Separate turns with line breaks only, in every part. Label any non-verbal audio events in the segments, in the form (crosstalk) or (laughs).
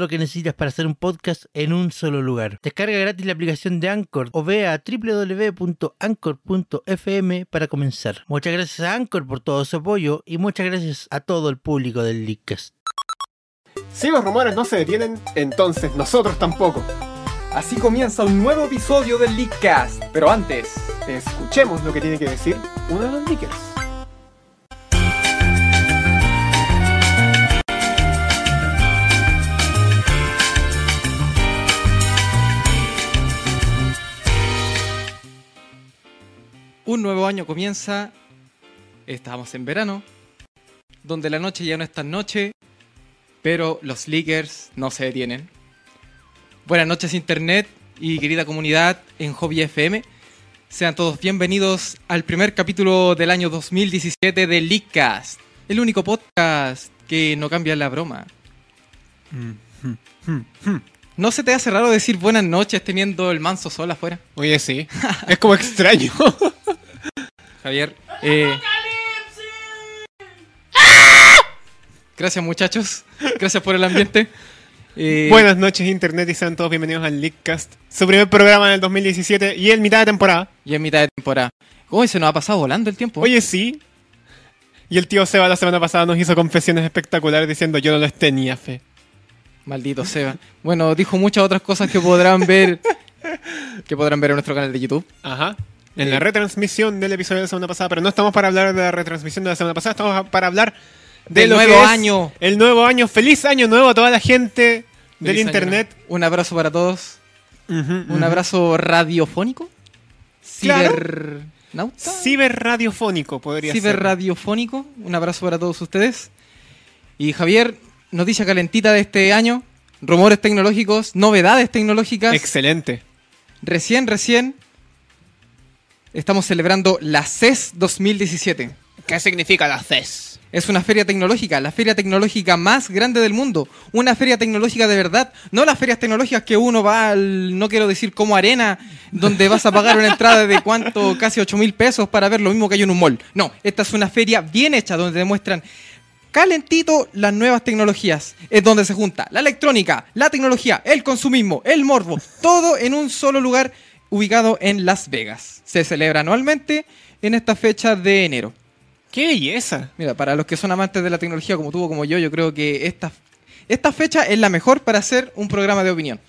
lo que necesitas para hacer un podcast en un solo lugar. Descarga gratis la aplicación de Anchor o ve a www.anchor.fm para comenzar. Muchas gracias a Anchor por todo su apoyo y muchas gracias a todo el público del Leadcast.
Si los rumores no se detienen, entonces nosotros tampoco.
Así comienza un nuevo episodio del Leakcast. Pero antes,
Escuchemos lo que tiene que decir uno de los leakers.
Un nuevo año comienza. Estábamos en verano. Donde la noche ya no es tan noche. Pero los leakers no se detienen. Buenas noches, Internet y querida comunidad en Hobby FM. Sean todos bienvenidos al primer capítulo del año 2017 de Leakcast. El único podcast que no cambia la broma. ¿No se te hace raro decir buenas noches teniendo el manso sol afuera?
Oye, sí. Es como extraño.
(laughs) Javier. eh, Gracias muchachos, gracias por el ambiente. Eh,
Buenas noches, Internet, y sean todos bienvenidos al Leakcast. Su primer programa del 2017 y en mitad de temporada.
Y en mitad de temporada. Uy, se nos ha pasado volando el tiempo.
Oye, sí. Y el tío Seba la semana pasada nos hizo confesiones espectaculares diciendo yo no les tenía fe.
Maldito Seba. Bueno, dijo muchas otras cosas que podrán
(laughs)
ver que podrán ver en nuestro canal de YouTube.
Ajá. En
Eh.
la retransmisión del episodio de la semana pasada, pero no estamos para hablar de la retransmisión de la semana pasada, estamos para hablar de
Del
lo que
nuevo
es
año.
El nuevo año. Feliz año nuevo a toda la gente del
Feliz año
internet.
nuevo. Un abrazo para todos.
Ujú,
Un
ujú.
abrazo radiofónico.
Claro.
Cibernauta.
Ciberradiofónico podría ser.
ciberradiofónico. Un abrazo para todos ustedes. Y Javier, noticia calentita de este año, rumores tecnológicos, novedades tecnológicas.
Excelente.
recién, recién estamos celebrando la E CES 2017.
¿Qué significa la E CES?
Es una feria tecnológica, la feria tecnológica más grande del mundo. Una feria tecnológica de verdad. No las ferias tecnológicas que uno va al, no quiero decir como arena, donde vas a pagar una entrada de cuánto, casi 8 mil pesos para ver lo mismo que hay en un mall. No, esta es una feria bien hecha donde demuestran calentito las nuevas tecnologías. Es donde se junta la electrónica, la tecnología, el consumismo, el morbo, todo en un solo lugar ubicado en Las Vegas. Se celebra anualmente en esta fecha de enero.
¡Qué belleza!
Mira, para los que son amantes de la tecnología como tú o como yo, yo creo que esta, esta fecha es la mejor para hacer un programa de opinión.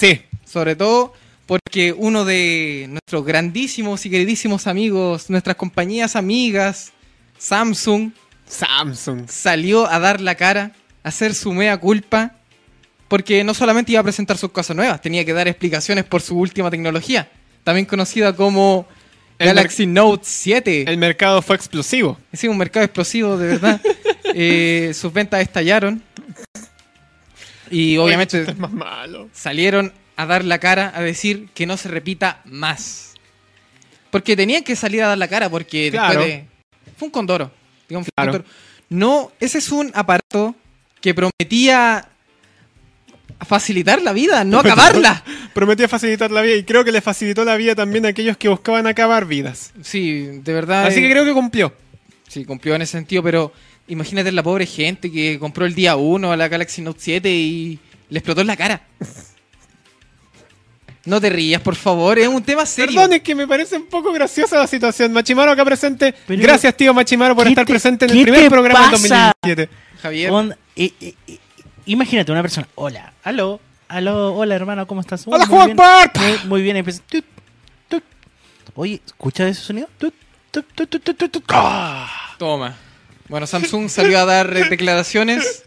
Sí,
Sobre todo porque uno de nuestros grandísimos y queridísimos amigos, nuestras compañías amigas, Samsung,
Samsung.
salió a dar la cara, a hacer su mea culpa, porque no solamente iba a presentar sus cosas nuevas, tenía que dar explicaciones por su última tecnología, también conocida como
El
Galaxy Note 7.
El mercado fue explosivo.
Es un mercado explosivo, de
(laughs)
verdad. Eh, sus ventas estallaron. Y obviamente
Esto Este es más malo.
salieron a dar la cara, a decir que no se repita más. Porque tenían que salir a dar la cara, porque
Claro.
después de... Fue un condoro. digamos, fue un
Claro.
condoro. No, ese es un aparato que prometía facilitar la vida,
(laughs)
no acabarla.
Prometió facilitar la vida y creo que le facilitó la vida también a aquellos que buscaban acabar vidas.
Sí, de verdad.
Así
eh,
que creo que cumplió.
Sí, cumplió en ese sentido, pero imagínate la pobre gente que compró el día 1 a la Galaxy Note 7 y le explotó en la cara. No te rías, por favor, es un tema serio.
Perdón, es que me parece un poco graciosa la situación. Machimaro acá presente.
Pero-
Gracias, tío Machimaro, por
¿Qué
estar
te-
presente en
qué
el primer
te
programa del
pasa?
2017.
Javier,
Onda- i- i- i- imagínate una persona, hola, aló, aló, hola hermano, ¿cómo estás? Uy,
¡Hola,
muy
Juan
bien,
Parp!
Muy, muy bien, empieza, tut, tut. Oye, ¿escuchas ese sonido? Tut, tut, tut, tut, tut, tut, tut. ¡Ah!
toma. Bueno, Samsung salió a dar (laughs) eh, declaraciones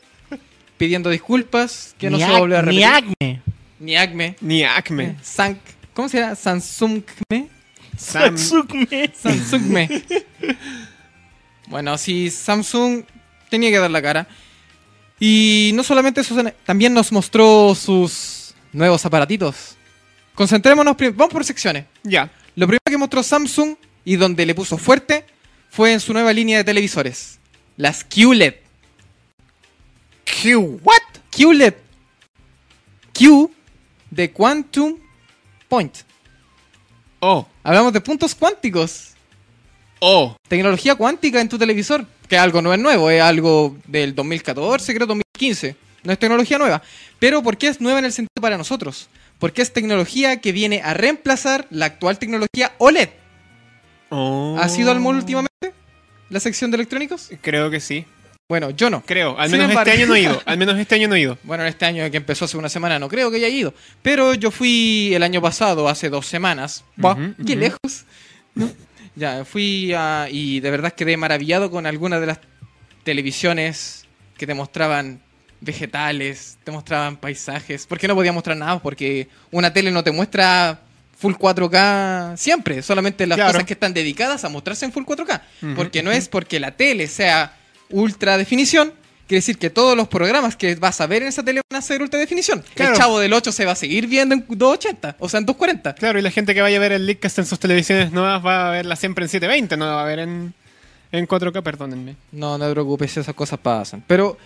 pidiendo disculpas, que no
Ni
se
ac-
volvió a
ni
repetir.
acme.
Ni Acme,
Ni Acme.
Sank, ¿Cómo se llama? Samsungme.
(laughs)
Sam-
Samsungme. bueno, si Samsung tenía que dar la cara. Y no solamente eso, también nos mostró sus nuevos aparatitos. Concentrémonos, prim- vamos por secciones.
Ya.
Lo primero que mostró Samsung y donde le puso fuerte fue en su nueva línea de televisores, las E QLED.
Q, what?
QLED. E Q de Quantum Point.
Oh,
Hablamos de puntos cuánticos.
oh.
Tecnología cuántica en tu televisor, que algo no es nuevo, es algo del 2014, creo 2015. No es tecnología nueva. Pero ¿por qué es nueva en el sentido para nosotros? Porque es tecnología que viene a reemplazar la actual tecnología E OLED.
oh.
¿Has ido al mall últimamente? ¿La sección de electrónicos?
Creo que sí.
Bueno, yo no.
Creo. Al
Sin
menos
embargo-
este año no he ido. Al menos este año no he (laughs) ido.
Bueno, en este año que empezó hace una semana no creo que haya ido. Pero yo fui el año pasado, hace dos semanas. Bah,
Ujú,
¡Qué
ujú.
lejos! ¿No? Ya, fui a- y de verdad quedé maravillado con algunas de las televisiones que te mostraban vegetales, te mostraban paisajes. Porque no podía mostrar nada, porque una tele no te muestra full 4K siempre, solamente las
Claro.
cosas que están dedicadas a mostrarse en full 4K. Porque no es porque la tele sea ultra definición, quiere decir que todos los programas que vas a ver en esa tele van a ser ultra definición.
Claro.
El Chavo del 8 se va a seguir viendo en 280, o sea, en 240.
Claro, y la gente que vaya a ver el Leadcast en sus televisiones nuevas va a verla siempre en 720, no la va a ver en, en 4K, perdónenme.
No, no te preocupes, esas cosas pasan. Pero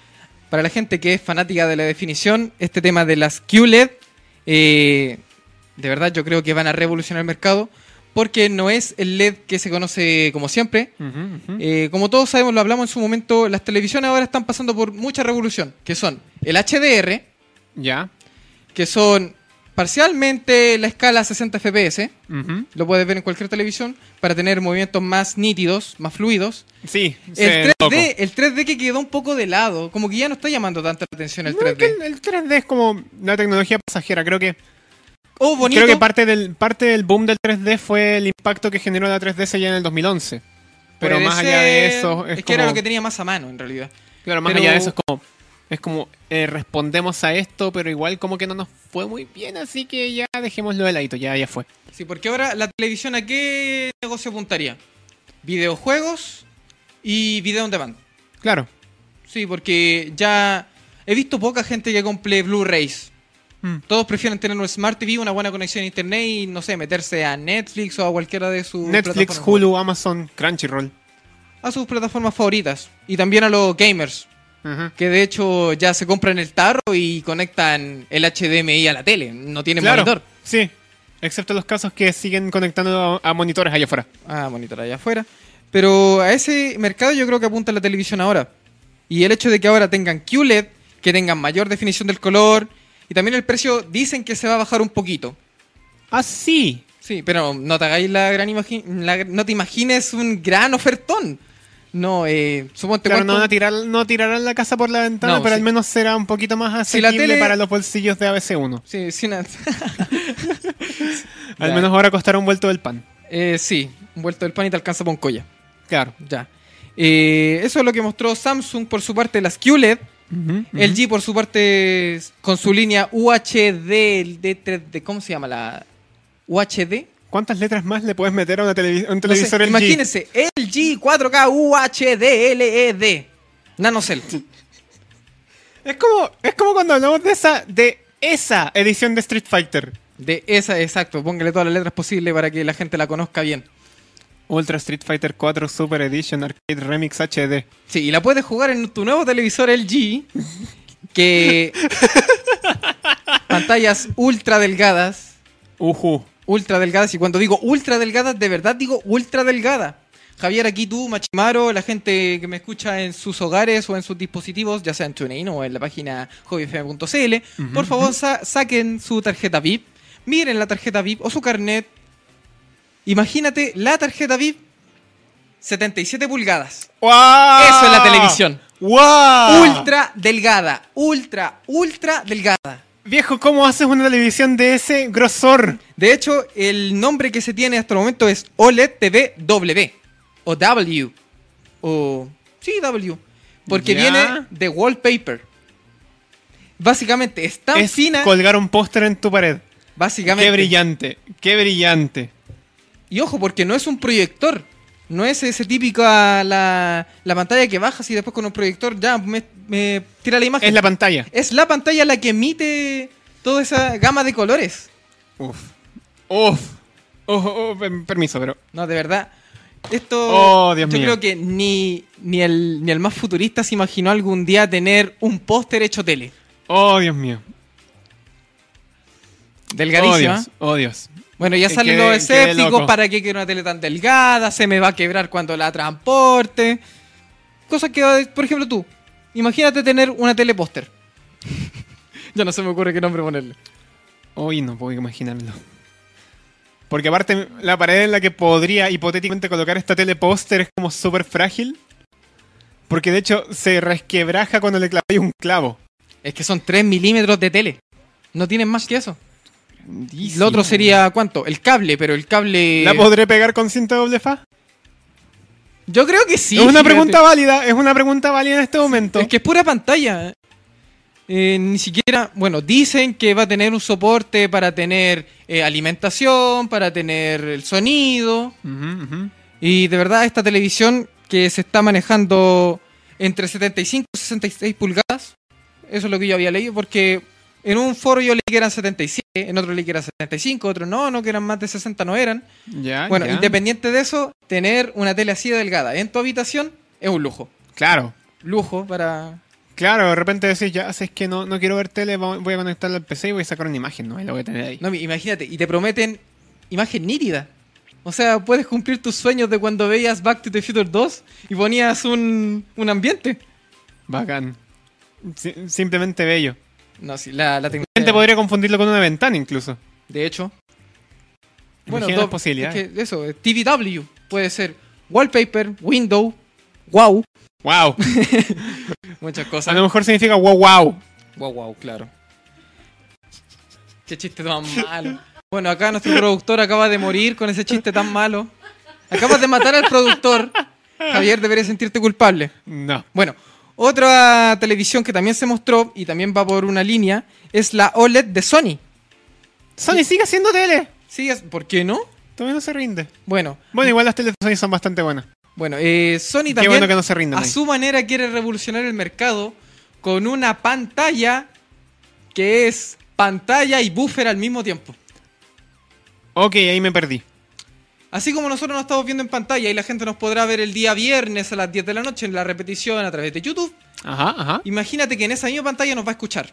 para la gente que es fanática de la definición, este tema de las QLED, eh, de verdad yo creo que van a revolucionar el mercado, porque no es el LED que se conoce como siempre, Eh, como todos sabemos, lo hablamos en su momento, las televisiones ahora están pasando por mucha revolución, que son el HDR,
Ya.
que son parcialmente la escala 60 FPS,
Ujú.
lo puedes ver en cualquier televisión, para tener movimientos más nítidos, más fluidos.
Sí,
El
se
3D, el 3D que quedó un poco de lado, como que ya no está llamando tanta la atención el
No, es que
3D.
el, el 3D es como una tecnología pasajera. Creo que
Oh, bonito.
creo que parte del parte del boom del 3D fue el impacto que generó la 3DS ya en el 2011. Pero
Puede
más allá de
ser.
eso, es,
es que era
como-
lo que tenía más a mano en realidad.
claro, más
pero-
allá de eso es como es como eh, respondemos a esto, pero igual como que no nos fue muy bien, así que ya dejémoslo de ladito, ya ya fue.
Sí, porque ahora la televisión a qué negocio apuntaría? Videojuegos y video on demand.
Claro.
Sí, porque ya he visto poca gente que compre Blu-rays.
Mm.
Todos prefieren tener un Smart TV, una buena conexión a internet y, no sé, meterse a Netflix o a cualquiera de sus
Netflix,
plataformas-
Hulu, Amazon, Crunchyroll.
A sus plataformas favoritas. Y también a los gamers, que de hecho ya se compran el tarro y conectan el HDMI a la tele. No tienen
Claro.
monitor.
Sí. Excepto los casos que siguen conectando a, a monitores allá afuera.
Ah, monitor allá afuera. Pero a ese mercado yo creo que apunta la televisión ahora. Y el hecho de que ahora tengan QLED, que tengan mayor definición del color, y también el precio dicen que se va a bajar un poquito.
Ah, sí.
Sí, pero no te hagáis la gran imagi- la- no te imagines un gran ofertón. No, eh, suponte
Claro, no,
cuánto-
van a tirar, no tirarán la casa por la ventana,
No,
pero
sí.
al menos será un poquito más
Si la
asequible
tele-
para los bolsillos de ABC1.
Sí, sí, na-
Al
Ya.
menos ahora costará un vuelto del pan.
(laughs) Eh, sí, un vuelto del pan y te alcanza con colla.
Claro.
Ya. Eh, eso es lo que mostró Samsung por su parte, las QLED. El G por su parte con su línea UHD de 3D, ¿cómo se llama la UHD?
¿Cuántas letras más le puedes meter a una televi- a un
No sé,
televisor LG?
imagínense, el G 4K UHD LED NanoCell.
Es como, es como cuando hablamos de esa, de esa edición de Street Fighter.
De esa, exacto, póngale todas las letras posibles para que la gente la conozca bien.
Ultra Street Fighter 4 Super Edition Arcade Remix HD.
Sí, y la puedes jugar en tu nuevo televisor LG que pantallas ultra delgadas
Ujú.
ultra delgadas. Y cuando digo ultra delgadas, de verdad digo ultra delgada. Javier, aquí tú, Machimaro, la gente que me escucha en sus hogares o en sus dispositivos, ya sea en TuneIn o en la página hobbyfm.cl, por favor sa- saquen su tarjeta VIP, miren la tarjeta VIP o su carnet. Imagínate la tarjeta VIP 77 pulgadas.
¡Wow!
Eso es la televisión.
¡Wow!
Ultra delgada, ultra, ultra delgada.
Viejo, ¿cómo haces una televisión de ese grosor?
De hecho, el nombre que se tiene hasta el momento es E OLED TV W. O W. O. Sí, W. Porque
Ya.
viene de wallpaper. Básicamente, es tan
es
fina.
colgar un póster en tu pared.
Básicamente.
Qué brillante, qué brillante.
Y ojo, porque no es un proyector. No es ese típico ah, la, la pantalla que bajas y después con un proyector ya me, me tira la imagen.
Es la pantalla.
Es la pantalla la que emite toda esa gama de colores.
Uf. Uf. Uf, uf, em, permiso, pero.
No, de verdad. Esto.
Oh, Dios
yo
mío.
creo que ni, ni, el, ni el más futurista se imaginó algún día tener un póster hecho tele.
Oh, Dios mío. Oh,
Delgadísima.
Dios. Oh, Dios.
¿eh? Bueno, ya
Eh,
salen
quedé-
los
quedé
escépticos.
loco.
¿Para qué quiero una tele tan delgada? Se me va a quebrar cuando la transporte. Cosas que, por ejemplo, tú. Imagínate tener una tele
(laughs)
póster. ya no se me ocurre qué nombre ponerle.
Hoy no puedo imaginarlo. Porque aparte, la pared en la que podría hipotéticamente colocar esta telepóster es como súper frágil. Porque de hecho se resquebraja cuando le claváis un clavo.
Es que son 3 milímetros de tele. No tienen más que eso.
Grandísimo.
Lo otro sería, ¿cuánto? El cable, pero el cable.
¿La podré pegar con cinta doble fa?
Yo creo que sí.
es una
fíjate.
pregunta válida, es una pregunta válida en este momento.
Es que es pura pantalla. Eh, ni siquiera, bueno, dicen que va a tener un soporte para tener eh, alimentación, para tener el sonido.
Ujú, ujú.
Y de verdad esta televisión que se está manejando entre 75 y 66 pulgadas, eso es lo que yo había leído, porque en un foro yo leí que eran 77, en otro leí que eran 75, otro no, no, que eran más de 60, no eran.
Ya,
Bueno,
Ah, ya.
independiente de eso, tener una tele así de delgada en tu habitación es un lujo.
Claro,
Lujo para...
claro, de repente decís, ya, si es que no, no quiero ver tele, va- voy a conectarla al PC y voy a sacar una imagen, ¿no? Y la voy a tener ahí.
No, mi- imagínate, y te prometen imagen nítida. O sea, puedes cumplir tus sueños de cuando veías Back to the Future 2 y ponías un, un ambiente.
Bacán. Si- simplemente bello.
No, sí, la, la
La gente
tecnología...
podría confundirlo con una ventana incluso.
De hecho.
Bueno,
do-
las posibilidades.
es que eso, eh, TVW puede ser wallpaper, window, wow,
Wow.
muchas
A
cosas.
lo mejor significa wow wow.
Wow, wow, claro. Qué chiste tan malo. Bueno, acá nuestro productor acaba de morir con ese chiste tan malo. Acabas de matar al productor. Javier, deberías sentirte culpable.
No.
Bueno, otra televisión que también se mostró y también va por una línea es la OLED de Sony.
Sony sigue haciendo tele.
Sí, es- ¿por qué no?
Todavía no se rinde.
Bueno,
Bueno, igual las teles de Sony son bastante buenas.
Bueno, eh, Sony
Qué
también
bueno que no se rindan.
a
ahí.
su manera quiere revolucionar el mercado con una pantalla que es pantalla y buffer al mismo tiempo.
Ok, ahí me perdí.
Así como nosotros nos estamos viendo en pantalla y la gente nos podrá ver el día viernes a las 10 de la noche en la repetición a través de YouTube,
Ajá, ajá.
imagínate que en esa misma pantalla nos va a escuchar.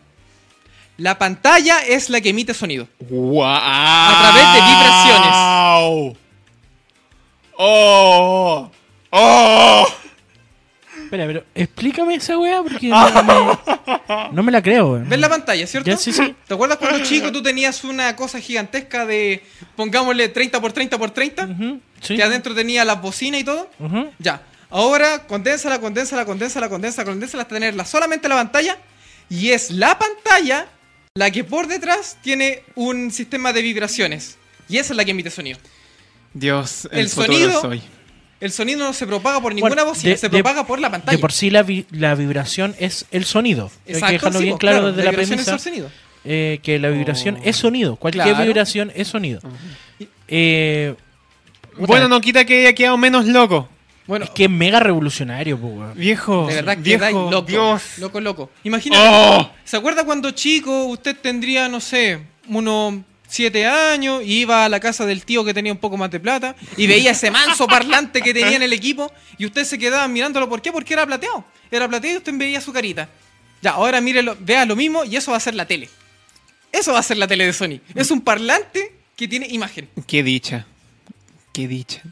La pantalla es la que emite sonido.
Wow.
A través de vibraciones.
Wow. Oh. Oh.
Espera, pero explícame esa weá porque (laughs) no me, no me la creo, weón.
¿Ves la pantalla, cierto?
Ya, sí, sí.
¿Te acuerdas cuando chico tú tenías una cosa gigantesca de, pongámosle 30 por 30 por 30?
Ujú, sí.
Que adentro tenía las bocinas y todo.
Ujú.
Ya. Ahora, condénsala, condénsala, condénsala, condénsala, condénsala hasta tenerla solamente la pantalla. Y es la pantalla la que por detrás tiene un sistema de vibraciones. Y esa es la que emite sonido.
Dios, el,
El
futuro
sonido.
soy.
El sonido no se propaga por ninguna
Bueno,
bocina,
de-
se
de-
propaga por la pantalla.
De por sí la, vi- la vibración es el sonido. Hay que dejarlo
sí,
bien
pues,
claro, desde la
vibración es
premisa
el sonido.
eh, que la vibración es sonido. Cualquier
Claro.
vibración es sonido. Eh, puta,
Bueno, no quita que haya quedado menos loco.
Bueno,
Es que es mega revolucionario, pues, weón.
Viejo.
de verdad que
viejo,
dais loco.
Dios.
Loco, loco. Imagínate.
Oh.
¿Se acuerda cuando chico usted tendría, no sé, unos siete años y iba a la casa del tío que tenía un poco más de plata y veía ese manso parlante que tenía en el equipo y usted se quedaba mirándolo? ¿Por qué? Porque era plateado. Era plateado y usted veía su carita. Ya, ahora mírelo, vea lo mismo y eso va a ser la tele. Eso va a ser la tele de Sony. Es un parlante que tiene imagen.
Qué dicha. Qué dicha.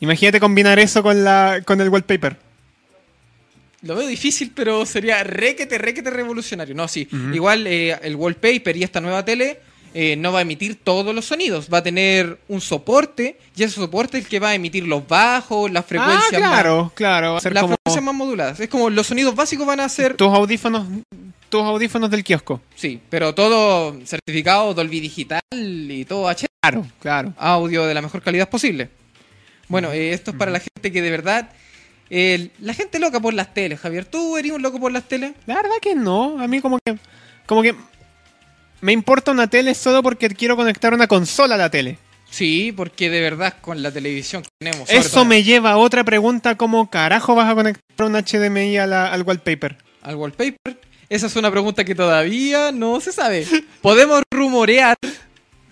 Imagínate combinar eso con la con el wallpaper.
Lo veo difícil, pero sería requete, requete revolucionario. No, sí. Igual eh, el wallpaper y esta nueva tele eh, no va a emitir todos los sonidos. Va a tener un soporte y ese soporte es el que va a emitir los bajos, las frecuencias,
ah, claro, claro. Va a
más,
ser
las
como
frecuencias más moduladas. Es como los sonidos básicos van a ser...
tus audífonos, tus audífonos del kiosco.
Sí, pero todo certificado, Dolby Digital y todo HD.
Claro, claro.
audio de la mejor calidad posible. Bueno, eh, esto es para la gente que de verdad... eh, la gente loca por las teles, Javier. ¿Tú eres un loco por las teles?
La verdad que no. A mí como que como que me importa una tele solo porque quiero conectar una consola a la tele.
Sí, porque de verdad con la televisión que tenemos. sobre
Eso
todo,
me lleva a otra pregunta, ¿cómo carajo vas a conectar un HDMI a la- al wallpaper?
Al wallpaper. Esa es una pregunta que todavía no se sabe. (laughs) Podemos rumorear,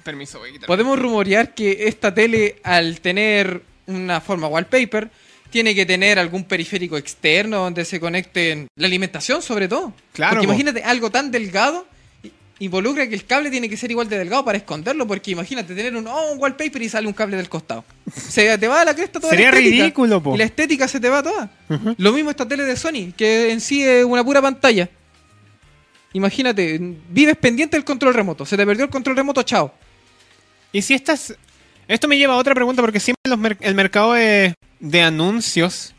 Permiso, voy a quitar.
podemos rumorear que esta tele, al tener una forma wallpaper, tiene que tener algún periférico externo donde se conecten la alimentación, sobre todo.
Claro,
Porque
po.
imagínate algo tan delgado i- involucra que el cable tiene que ser igual de delgado para esconderlo, porque imagínate tener un, oh, un wallpaper y sale un cable del costado. Se te va a la cresta toda la
Sería
estética.
ridículo, po.
Y la estética se te va toda. Lo mismo esta tele de Sony, que en sí es una pura pantalla. Imagínate, vives pendiente del control remoto. Se te perdió el control remoto, chao.
Y si estas... Esto me lleva a otra pregunta porque siempre los mer- el mercado de, de anuncios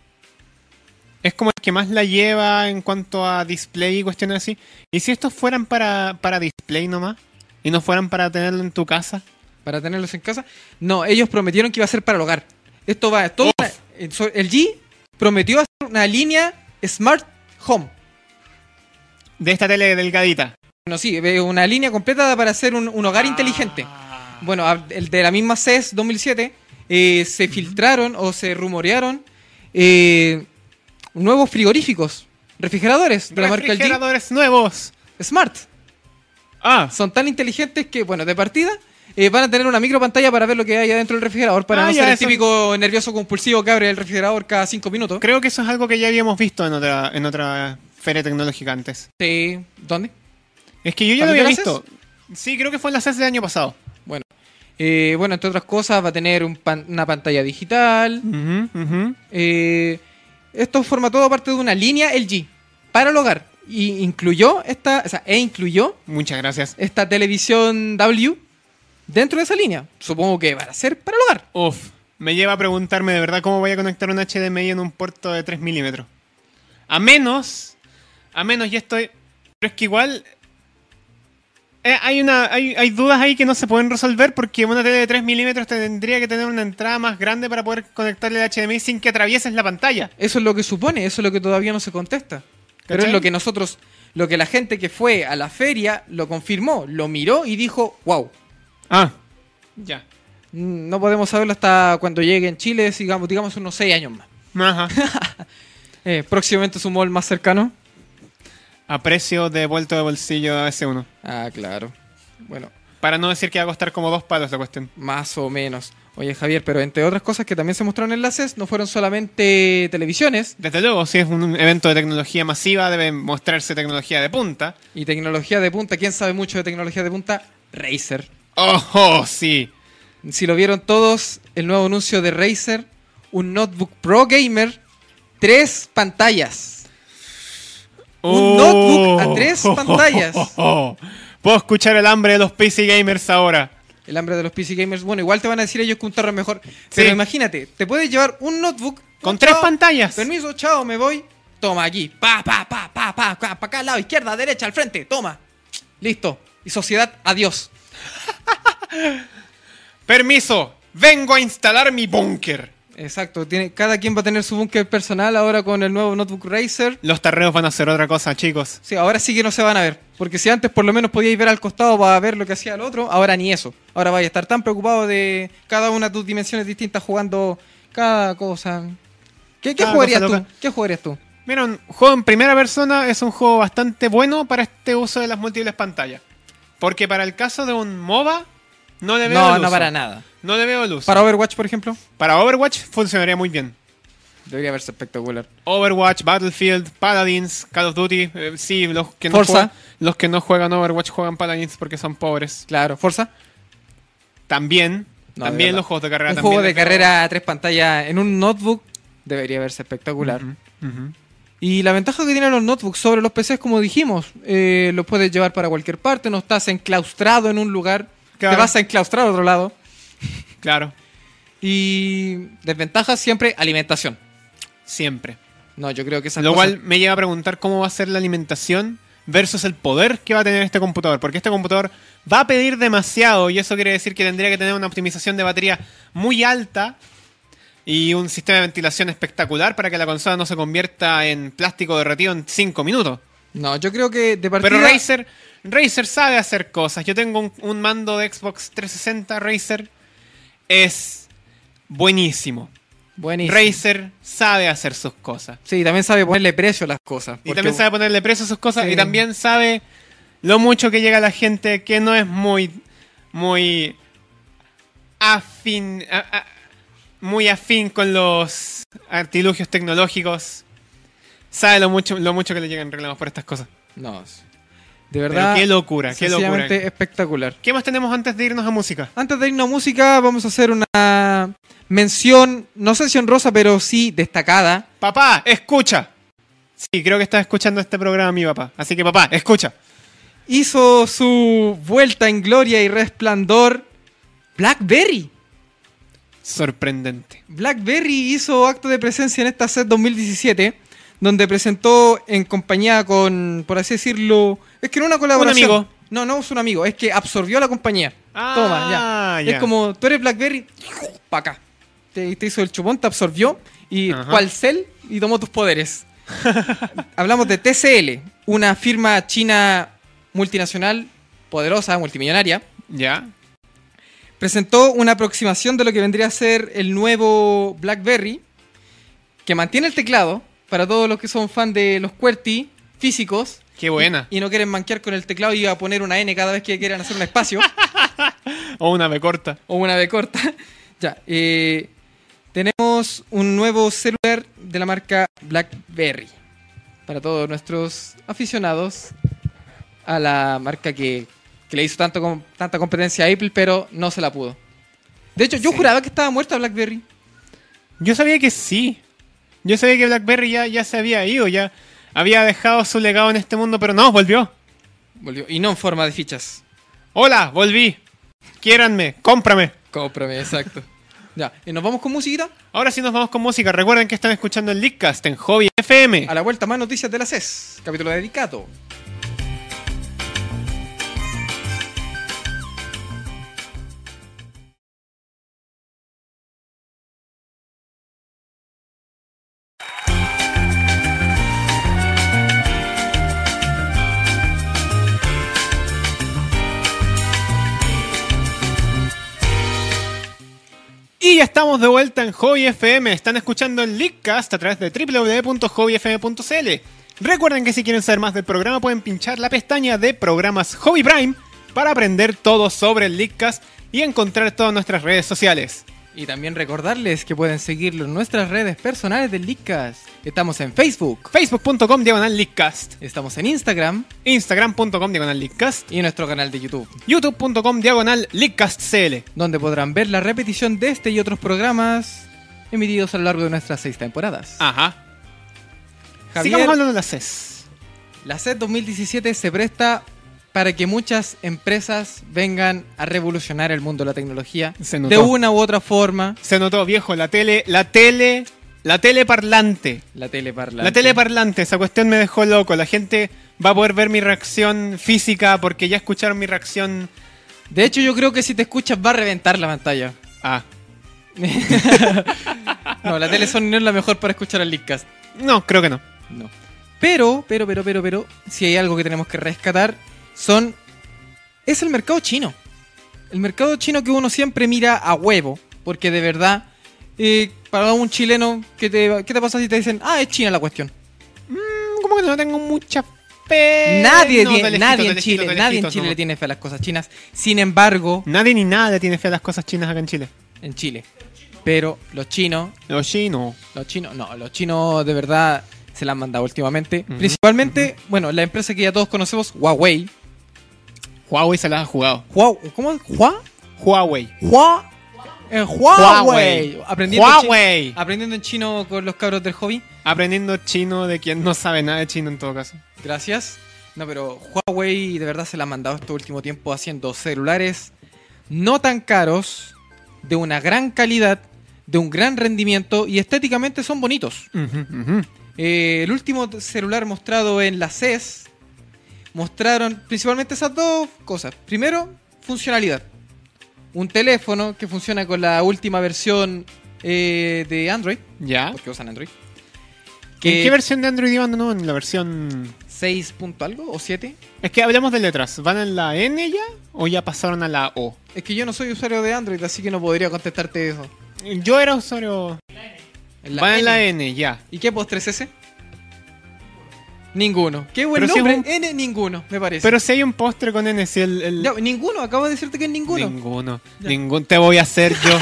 es como el que más la lleva en cuanto a display y cuestiones así. ¿Y si estos fueran para, para display nomás? ¿Y no fueran para tenerlo en tu casa?
Para tenerlos en casa. No, ellos prometieron que iba a ser para el hogar. Esto va todo. El so- el G prometió hacer una línea Smart Home.
De esta tele delgadita.
Bueno, sí, eh, una línea completa para hacer un, un hogar inteligente. Bueno, a- el de la misma E CES 2007 eh, se filtraron o se rumorearon eh, nuevos frigoríficos, refrigeradores de la marca LG
Refrigeradores nuevos.
Smart.
Ah,
Son tan inteligentes que, bueno, de partida eh, van a tener una micro pantalla para ver lo que hay adentro del refrigerador, para
Ah,
no
ya,
ser el
eso-
típico nervioso compulsivo que abre el refrigerador cada cinco minutos.
creo que eso es algo que ya habíamos visto en otra, en otra feria tecnológica antes.
Sí, ¿Dónde?
Es que yo ya lo
¿También
había
te la
visto. Sí, creo que fue en la CES del año pasado.
Eh, bueno, entre otras cosas, va a tener un pan- una pantalla digital.
Ujú, ujú.
Eh, esto forma todo parte de una línea LG para el hogar. Y incluyó esta, o sea, e incluyó
Muchas gracias.
esta televisión W dentro de esa línea. Supongo que van a ser para el hogar.
Uf, me lleva a preguntarme de verdad cómo voy a conectar un HDMI en un puerto de 3 milímetros. A menos, a menos ya estoy... Pero es que igual... eh, hay, una, hay, hay dudas ahí que no se pueden resolver porque una tele de 3 milímetros tendría que tener una entrada más grande para poder conectarle el HDMI sin que atravieses la pantalla.
Eso es lo que supone, eso es lo que todavía no se contesta. Pero
¿Cachai?
es lo que nosotros, lo que la gente que fue a la feria lo confirmó, lo miró y dijo, wow,
Ah, ya.
no podemos saberlo hasta cuando llegue en Chile, digamos, digamos unos 6 años más.
Ajá.
Eh, próximamente su mall más cercano.
(laughs) A precio de vuelto de bolsillo a S1.
Ah, claro. Bueno,
Para no decir que va a costar como dos palos la cuestión.
Más o menos. Oye, Javier, pero entre otras cosas que también se mostraron enlaces, no fueron solamente televisiones
Desde luego, si es un evento de tecnología masiva, debe mostrarse tecnología de punta.
y tecnología de punta. ¿Quién sabe mucho de tecnología de punta? Razer.
¡Ojo! sí.
Si lo vieron todos, el nuevo anuncio de Razer, un notebook pro gamer, tres pantallas. Un notebook a tres pantallas.
¡Oh! (laughs) Puedo escuchar el hambre de los PC gamers ahora.
El hambre de los PC gamers, bueno, igual te van a decir ellos que un tarro es mejor. Pero
Sí.
imagínate, te puedes llevar un notebook
Con
chao,
tres pantallas.
Permiso, chao, me voy. Toma aquí. Pa, pa, pa, pa, pa, pa, pa acá al lado, izquierda, derecha, al frente. Toma. Listo. Y sociedad, adiós.
Permiso, vengo a instalar mi búnker.
Exacto. Tiene, cada quien va a tener su búnker personal ahora con el nuevo Notebook Racer.
Los tarreos van a hacer otra cosa, chicos.
Sí, ahora sí que no se van a ver. Porque si antes por lo menos podíais ver al costado para ver lo que hacía el otro, ahora ni eso. Ahora vais a estar tan preocupado de cada una de tus dimensiones distintas jugando cada cosa. ¿Qué, qué
Cada
jugarías
cosa
tú?
loca.
¿Qué jugarías tú?
Mira, un juego en primera persona es un juego bastante bueno para este uso de las múltiples pantallas. Porque para el caso de un MOBA, no le veo
No,
el
no
uso.
para nada.
No le veo luz.
Para Overwatch, por ejemplo,
Para Overwatch funcionaría muy bien.
debería verse espectacular.
Overwatch, Battlefield, Paladins, Call of Duty, eh, sí, los que, no
Forza.
juegan, los que no juegan Overwatch juegan Paladins porque son pobres.
Claro, Forza.
También,
No, de
también
verdad.
los juegos de carrera.
un
también
juego de
les veo-
carrera a tres pantallas en un notebook debería verse espectacular.
Ujú.
Y la ventaja que tienen los notebooks sobre los PCs, como dijimos, eh, los puedes llevar para cualquier parte, no estás enclaustrado en un lugar,
Claro.
te vas a enclaustrar a otro lado.
Claro,
Y desventaja siempre alimentación.
siempre.
No, yo creo que esa
Lo cual me lleva a preguntar cómo va a ser la alimentación versus el poder que va a tener este computador. Porque este computador va a pedir demasiado y eso quiere decir que tendría que tener una optimización de batería muy alta y un sistema de ventilación espectacular para que la consola no se convierta en plástico derretido en 5 minutos.
No, yo creo que de partida...
Pero Razer, Razer sabe hacer cosas. Yo tengo un, un mando de Xbox 360 Razer. Es buenísimo.
Buenísimo.
Razer sabe hacer sus cosas.
Sí, también sabe ponerle precio a las cosas.
Y
porque-
también sabe ponerle precio a sus cosas.
Sí.
Y también sabe lo mucho que llega a la gente que no es muy. Muy. Afín. a- a- muy afín con los artilugios tecnológicos. Sabe lo mucho, lo mucho que le llegan reclamos por estas cosas.
No, sí. de
Pero
verdad...
qué locura, qué locura.
sencillamente espectacular.
¿Qué más tenemos antes de irnos a música?
Antes de irnos a música, vamos a hacer una mención, no sé si honrosa, pero sí destacada.
Papá, escucha. Sí, creo que estás escuchando este programa mi papá. Así que papá, escucha.
Hizo su vuelta en gloria y resplandor BlackBerry.
Sorprendente.
BlackBerry hizo acto de presencia en esta set 2017, donde presentó en compañía con, por así decirlo, es que en una colaboración.
amigo.
No, no es un amigo, es que absorbió a la compañía.
Ah,
Toma, ya.
ya.
Es como, tú eres BlackBerry, pa' acá. Te, te hizo el chupón, te absorbió, y
Ajá.
cual cel, y tomó
(laughs)
tus poderes. Hablamos de TCL, una firma china multinacional, poderosa, multimillonaria
Ya.
presentó una aproximación de lo que vendría a ser el nuevo BlackBerry, que mantiene el teclado para todos los que son fan de los QWERTY físicos
Qué buena.
y no quieren manquear con el teclado y a poner una N cada vez que quieran hacer un espacio
O una B corta.
o una B corta. (laughs) ya, eh, tenemos un nuevo celular de la marca BlackBerry para todos nuestros aficionados a la marca que, que le hizo tanto com- tanta competencia a Apple, pero no se la pudo. De hecho, yo juraba que estaba muerta BlackBerry.
Yo sabía que sí. Yo sabía que BlackBerry ya, ya se había ido, ya había dejado su legado en este mundo, pero no, volvió.
Volvió. Y no en forma de fichas.
Hola, volví. Quiéranme, cómprame.
Cómprame, exacto. (laughs) ya, y nos vamos con musiquita.
Ahora sí nos vamos con música. Recuerden que están escuchando el Leadcast en Hobby FM.
A la vuelta, más noticias de la CES. Capítulo dedicado.
Y ya estamos de vuelta en Hobby FM. Están escuchando el Leadcast a través de www.hobbyfm.cl. Recuerden que si quieren saber más del programa pueden pinchar la pestaña de programas Hobby Prime para aprender todo sobre el Leadcast y encontrar todas nuestras redes sociales.
Y también recordarles que pueden seguirlo en nuestras redes personales del Leadcast. Estamos en Facebook,
Facebook.com diagonal Leadcast.
estamos en Instagram
Instagram.com diagonal Leadcast.
y en nuestro canal de YouTube,
YouTube.com diagonal LeadcastCL.
donde podrán ver la repetición de este y otros programas emitidos a lo largo de nuestras seis temporadas.
Ajá.
Javier,
Ah, Sigamos hablando de las CES.
la SED 2017 se presta para que muchas empresas vengan a revolucionar el mundo de la tecnología
Se notó.
de una u otra forma.
Se notó, viejo, la tele, la tele, la tele parlante.
La tele parlante.
La tele parlante, esa cuestión me dejó loco. La gente va a poder ver mi reacción física porque ya escucharon mi reacción.
De hecho, yo creo que si te escuchas va a reventar la pantalla.
Ah.
(laughs) No, la tele Sony no es la mejor para escuchar al Leadcast.
No, creo que no. Mm,
No. Pero, pero, pero, pero, pero, si hay algo que tenemos que rescatar, son. Es el mercado chino. El mercado chino que uno siempre mira a huevo. Porque de verdad, eh, para un chileno, ¿qué te, ¿qué te pasa si te dicen, ah, es China la cuestión?
Mm, Como que no tengo mucha fe.
nadie
Eh, No,
tiene-
está lejito,
nadie
está
en
lejito,
Chile,
está
nadie en
lejito,
Chile
no.
le tiene fe a las cosas chinas. Sin embargo,
Nadie ni nada le tiene fe a las cosas chinas acá en Chile.
en Chile. Pero los chinos,
Los chinos.
los chinos, no, los chinos de verdad se la han mandado últimamente. Principalmente, bueno, la empresa que ya todos conocemos, Huawei.
Huawei se las ha jugado.
Huawei ¿Cómo es? ¿Hua?
Huawei.
Hua- eh, Huawei.
Huawei.
Aprendiendo,
Huawei.
En chino, aprendiendo en chino con los cabros del hobby.
Aprendiendo chino de quien no sabe nada de chino en todo caso.
Gracias. No, pero Huawei de verdad se la ha mandado este último tiempo haciendo celulares no tan caros, de una gran calidad, de un gran rendimiento y estéticamente son bonitos. Eh, el último celular mostrado en la CES mostraron principalmente esas dos cosas. Primero, funcionalidad. Un teléfono que funciona con la última versión eh, de Android,
¿Ya?
porque usan Android, que
Ah. ¿En qué versión de Android iban? No, en la versión...
6 punto algo o 7.
Es que hablamos de letras. ¿Van en la N ya o ya pasaron a la O?
Es que yo no soy usuario de Android, así que no podría contestarte eso.
Yo era usuario...
En
Van en la E.
N.
N ya.
¿Y qué postre es ese? Ninguno. Qué buen
Pero si es
nombre.
un-
N, ninguno, me parece.
Pero si hay un postre con N, si el... el-
Ya, ninguno, acabo de decirte que es ninguno.
Ninguno.
Ya.
Ningún te voy a hacer
(laughs)
yo.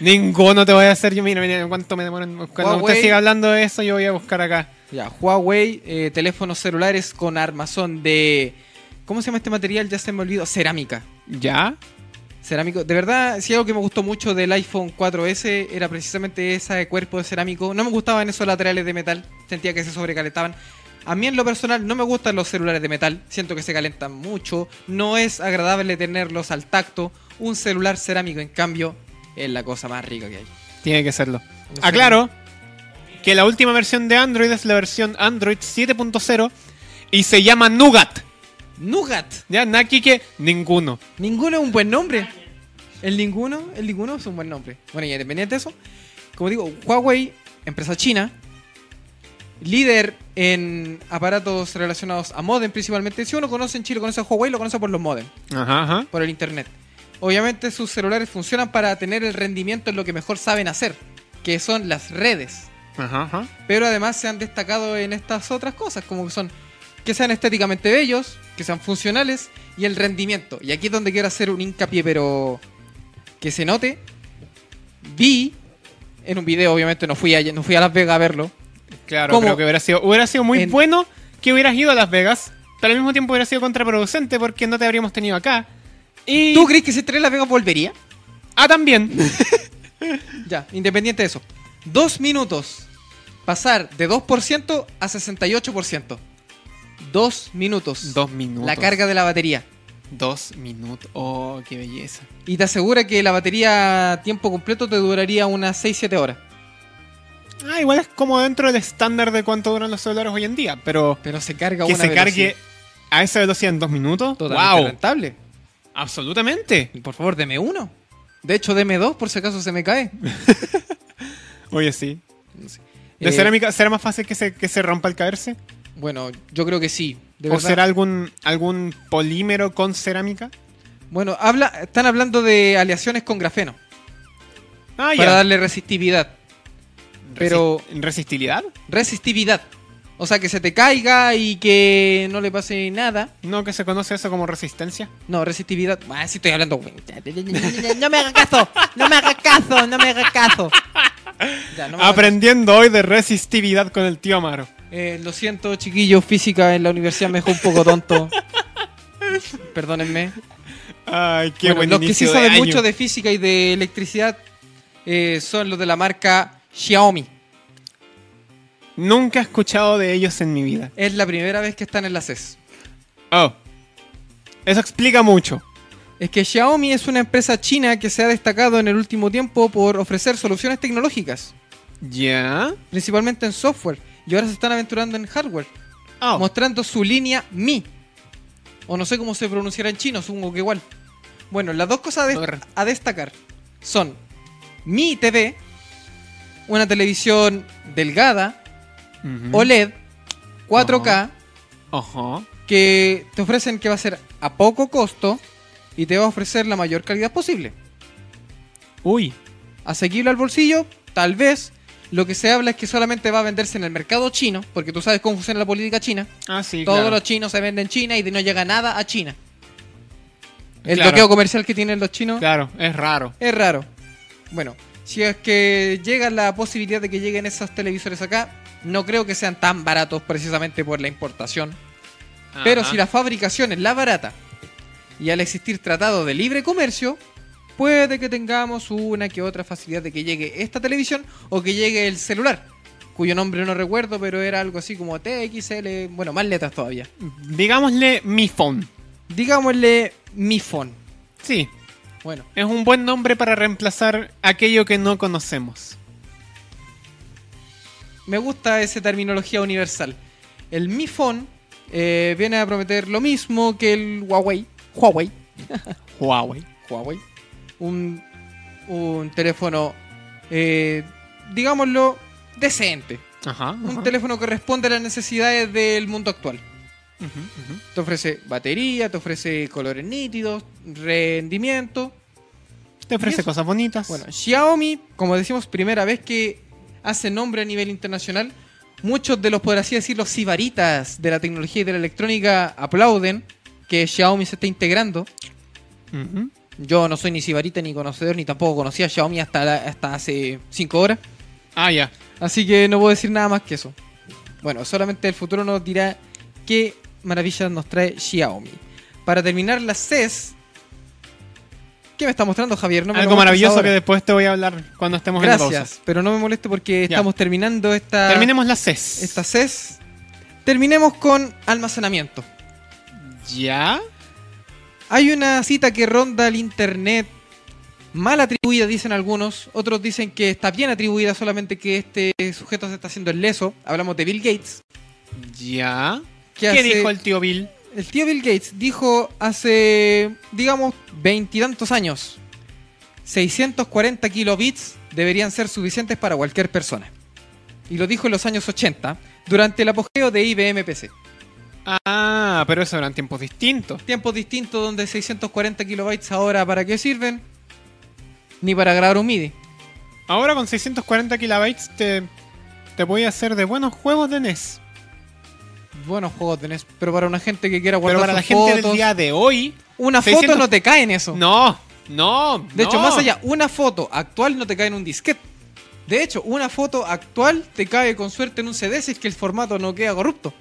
Ninguno te voy a hacer yo. Mira, mira, cuánto me demoran. Cuando
Huawei.
usted siga hablando de eso, yo voy a buscar acá.
Ya, Huawei, eh, teléfonos celulares con armazón de. ¿Cómo se llama este material? Ya se me olvidó. Cerámica.
¿Ya?
Cerámico. De verdad, si algo que me gustó mucho del iPhone 4S era precisamente esa de cuerpo de cerámico. No me gustaban esos laterales de metal. Sentía que se sobrecalentaban. A mí en lo personal no me gustan los celulares de metal. Siento que se calentan mucho. No es agradable tenerlos al tacto. Un celular cerámico, en cambio, es la cosa más rica que hay.
Tiene que serlo.
No sé.
Aclaro que la última versión de Android es la versión Android 7.0 y se llama Nougat.
Nougat.
Ya, Naki que ninguno.
Ninguno es un buen nombre. El ninguno, el ninguno es un buen nombre. Bueno, y independiente de eso, como digo, Huawei, empresa china, líder en aparatos relacionados a modem principalmente. Si uno conoce en Chile, conoce a Huawei, lo conoce por los modem,
Ajá, ajá.
por el internet. Obviamente sus celulares funcionan para tener el rendimiento en lo que mejor saben hacer, que son las redes.
Ajá, ajá.
Pero además se han destacado en estas otras cosas, como que son que sean estéticamente bellos, que sean funcionales y el rendimiento. Y aquí es donde quiero hacer un hincapié, pero que se note. Vi en un video, obviamente no fui a, no fui a Las Vegas a verlo.
Claro,
¿Cómo?
creo que hubiera sido, hubiera sido muy
En-
bueno que hubieras ido a Las Vegas, pero al mismo tiempo hubiera sido contraproducente porque no te habríamos tenido acá. Y...
¿Tú crees que si estuviera en Las Vegas volvería?
Ah, (laughs) también.
Ya, independiente de eso. Dos minutos. Pasar de 2% a 68%. Dos minutos.
Dos minutos.
La carga de la batería.
Dos minutos. Oh, qué belleza.
Y te asegura que la batería a tiempo completo te duraría unas 6-7 horas.
Ah, igual es como dentro del estándar de cuánto duran los celulares hoy en día, pero
Pero se carga
que
una
se
velocidad
cargue a esa velocidad en dos minutos.
totalmente
¡Wow!
rentable.
Absolutamente.
Y por favor, deme uno. De hecho, deme dos por si acaso se me cae.
Oye, sí. (laughs) ¿De
Eh,
cerámica será más fácil que se, que se rompa al caerse?
Bueno, yo creo que sí. De
¿O
verdad.
será algún, algún polímero con cerámica?
Bueno, habla, están hablando de aleaciones con grafeno
Ah,
para
ya.
darle resistividad. pero-
Resi- ¿Resistibilidad?
Resistividad. O sea, que se te caiga y que no le pase nada.
No, que se conoce eso como resistencia.
No, resistividad. Ah, sí estoy hablando. güey. No me hagas caso. No me hagas caso. No me hagas caso. Ya, no me hagas
Aprendiendo hoy de resistividad con el tío Amaro.
Eh, lo siento, chiquillos, física en la universidad me dejó un poco tonto. Perdónenme.
Ay, qué
Bueno,
buen
los que sí
inicio de
saben
año.
mucho de física y de electricidad eh, son los de la marca Xiaomi.
Nunca he escuchado de ellos en mi vida.
Es la primera vez que están en la E CES.
Oh. Eso explica mucho.
Es que Xiaomi es una empresa china que se ha destacado en el último tiempo por ofrecer soluciones tecnológicas,
¿Ya?
principalmente en software, y ahora se están aventurando en hardware,
Oh.
mostrando su línea Mi. O no sé cómo se pronunciará en chino, supongo que igual. Bueno, las dos cosas a, des-
A ver.
a destacar son Mi TV, una televisión delgada, E
Ujú.
OLED, 4K,
Ajá.
que te ofrecen que va a ser a poco costo y te va a ofrecer la mayor calidad posible.
Uy.
Asequible al bolsillo, tal vez. Lo que se habla es que solamente va a venderse en el mercado chino, porque tú sabes cómo funciona la política china.
Ah, sí,
Todos
claro.
los chinos se venden en China y no llega nada a China. El
Claro.
bloqueo comercial que tienen los chinos
Claro, es raro.
Es raro. Bueno, si es que llega la posibilidad de que lleguen esos televisores acá, no creo que sean tan baratos precisamente por la importación. Pero
Ajá.
si la fabricación es la barata y al existir tratado de libre comercio, puede que tengamos una que otra facilidad de que llegue esta televisión o que llegue el celular, cuyo nombre no recuerdo, pero era algo así como TXL, bueno, más letras todavía.
Digámosle mi phone.
Digámosle Mi Phone.
Sí,
Bueno,
es un buen nombre para reemplazar aquello que no conocemos.
Me gusta esa terminología universal. El Mi Phone eh, viene a prometer lo mismo que el Huawei. Huawei.
Huawei.
Huawei. Un, un teléfono, eh, digámoslo, decente.
Ajá.
Un teléfono que responde a las necesidades del mundo actual. Te ofrece batería, te ofrece colores nítidos, rendimiento.
Te
¿Y
ofrece
eso?
cosas bonitas.
Bueno, Xiaomi, como decimos, primera vez que hace nombre a nivel internacional. Muchos de los, por así decirlo, sibaritas de la tecnología y de la electrónica aplauden que Xiaomi se está integrando.
Ujú.
Yo no soy ni sibarita ni conocedor, ni tampoco conocía a Xiaomi hasta, la- hasta hace 5 horas.
Ah, ya.
Así que no puedo decir nada más que eso. Bueno, solamente el futuro nos dirá qué maravillas nos trae Xiaomi. Para terminar, la CES. ¿Qué me está mostrando Javier? No me lo
Algo
muestres
maravilloso
ahora.
que después te voy a hablar cuando estemos en la pausa.
Gracias, Ah, pero no me moleste porque
Ya.
estamos terminando esta,
Terminemos la CES.
esta CES. Terminemos con almacenamiento.
¿Ya?
Hay una cita que ronda el internet, mal atribuida dicen algunos, otros dicen que está bien atribuida, solamente que este sujeto se está haciendo el leso. Hablamos de Bill Gates.
¿Ya?
Que
¿Qué,
hace-
dijo el tío Bill?
el tío Bill Gates dijo hace, digamos, veintitantos años, 640 kilobits deberían ser suficientes para cualquier persona. Y lo dijo en los años 80, durante el apogeo de IBM PC.
Ah, pero eso eran tiempos distintos.
Tiempos distintos donde 640 kilobytes ahora, ¿para qué sirven? Ni para grabar un MIDI.
Ahora con 640 kilobytes te, te voy a hacer de buenos juegos de E NES.
Buenos juegos tenés, pero para una gente que quiera
Pero
guardar
para la
sus
gente
fotos,
del día de hoy.
una
600
foto no te cae en eso.
No, no.
De hecho,
no.
más allá, una foto actual no te cae en un disquete. De hecho, una foto actual te cae con suerte en un CD si es que el formato no queda corrupto.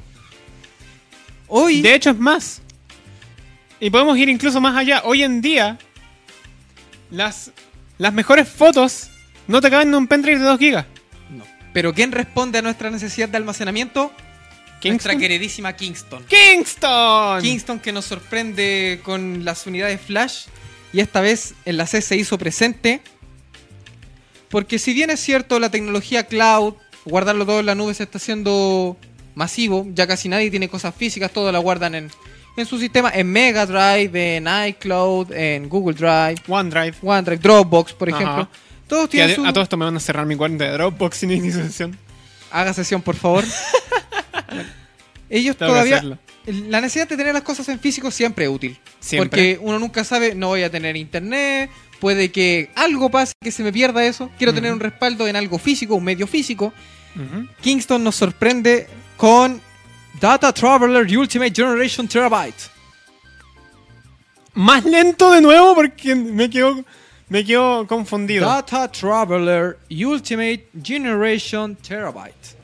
Hoy,
De hecho, es más. Y podemos ir incluso más allá. Hoy en día, las, las mejores fotos no te caben en un pendrive de 2 gigas.
no. Pero ¿quién responde a nuestra necesidad de almacenamiento? Nuestra
Kingston.
queridísima Kingston.
Kingston.
Kingston que nos sorprende con las unidades Flash y esta vez en la C se hizo presente. Porque si bien es cierto la tecnología cloud, guardarlo todo en la nube se está haciendo masivo, ya casi nadie tiene cosas físicas, todo la guardan en, en su sistema, en Mega Drive, en iCloud, en Google Drive,
OneDrive.
OneDrive, Dropbox, por
Ajá.
ejemplo. Todos
Que
tienen
a,
su...
a todo esto me van a cerrar mi (laughs) cuenta de Dropbox sin iniciación.
Haga sesión,
(laughs)
por favor. Bueno, Ellos
Tengo que
todavía...
hacerlo.
La necesidad de tener las cosas en físico siempre es útil.
Siempre.
Porque uno nunca sabe, no voy a tener internet, puede que algo pase, que se me pierda eso. Quiero tener
Ujú.
un respaldo en algo físico, un medio físico.
Ujú.
Kingston nos sorprende con Data Traveler Ultimate Generation Terabyte.
Más lento de nuevo porque me quedo, me quedo confundido.
Data Traveler Ultimate Generation Terabyte.